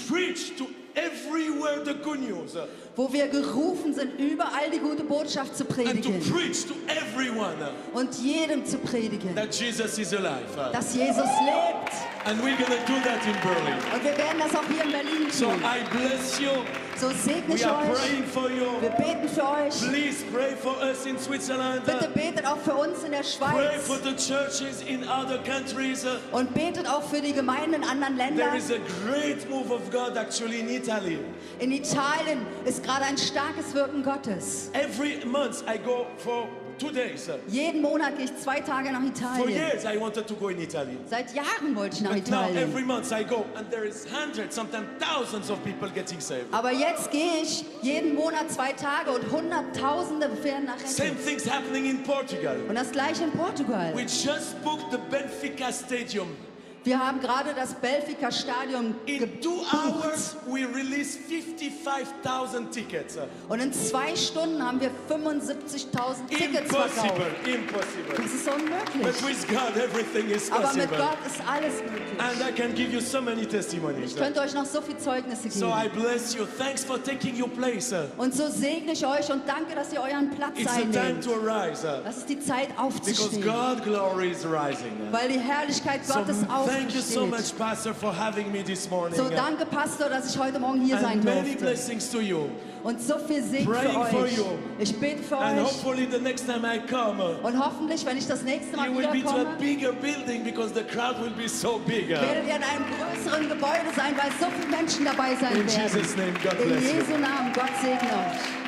B: preach to everywhere the good news uh,
C: wo wir gerufen sind, überall die gute Botschaft zu
B: and to
C: predigen
B: preach to everyone uh,
C: und jedem zu predigen,
B: that Jesus is alive. uh,
C: dass Jesus lebt.
B: And we're gonna do that in Berlin.
C: Und wir werden das auch hier in Berlin
B: So
C: tun.
B: I bless you.
C: So segne
B: We
C: ich
B: are
C: euch.
B: praying for
C: Wir
B: you.
C: beten für euch.
B: Please pray for us in Switzerland. uh,
C: Bitte betet auch für uns in der
B: Pray for
C: Schweiz
B: the churches in other countries. uh,
C: und betet auch für die Gemeinden in anderen
B: There
C: Ländern.
B: is a great move of God actually in Italy.
C: In Italien ist gerade ein starkes Wirken Gottes.
B: Every month I go for two days.
C: Jeden Monat gehe ich zwei Tage nach
B: For
C: Italien.
B: years I wanted to go in Italy.
C: Seit Jahren wollte ich nach
B: But now every
C: Italien.
B: month I go and there is hundreds, sometimes thousands of people getting saved.
C: Aber jetzt gehe ich jeden Monat zwei Tage und Hunderttausende werden nach
B: Same
C: Rettung.
B: things happening in Portugal.
C: Und das gleiche in Portugal.
B: We just booked the Benfica Stadium.
C: Wir haben gerade das Belfica Stadion
B: In two
C: gebucht
B: hours we release 55,000 tickets.
C: und in zwei Stunden haben wir 75.000 Tickets
B: Impossible,
C: verkauft.
B: impossible.
C: Das ist
B: But
C: unmöglich.
B: with God everything is
C: Aber mit
B: possible.
C: Gott ist alles möglich.
B: And I can give you so many
C: Ich
B: testimonies.
C: könnte euch noch so viel Zeugnisse
B: So I
C: geben.
B: bless you. Thanks for taking your place. uh.
C: Und so segne ich euch und danke, dass ihr euren Platz
B: It's the time
C: einnehmt.
B: to arise. uh,
C: Das ist die Zeit
B: Because
C: aufzustehen,
B: God glory is rising. uh.
C: weil die Herrlichkeit
B: So
C: Gottes
B: thank you so
C: aufsteht.
B: much, Pastor, for having me this morning.
C: So
B: uh,
C: danke, Pastor, dass ich heute Morgen hier sein
B: And many
C: durfte.
B: blessings to you.
C: Und so viel Segen für
B: Praying for
C: euch.
B: you.
C: Ich bete für
B: And
C: euch.
B: hopefully the next time I come, uh,
C: Und hoffentlich, wenn ich das nächste Mal
B: you will be to a
C: wiederkomme,
B: bigger building because the crowd will be so big. uh.
C: werdet ihr in einem größeren Gebäude sein, weil so viele Menschen dabei sein
B: In
C: werden.
B: Jesus' name, God
C: In
B: bless you.
C: Jesu Namen, Gott segne euch.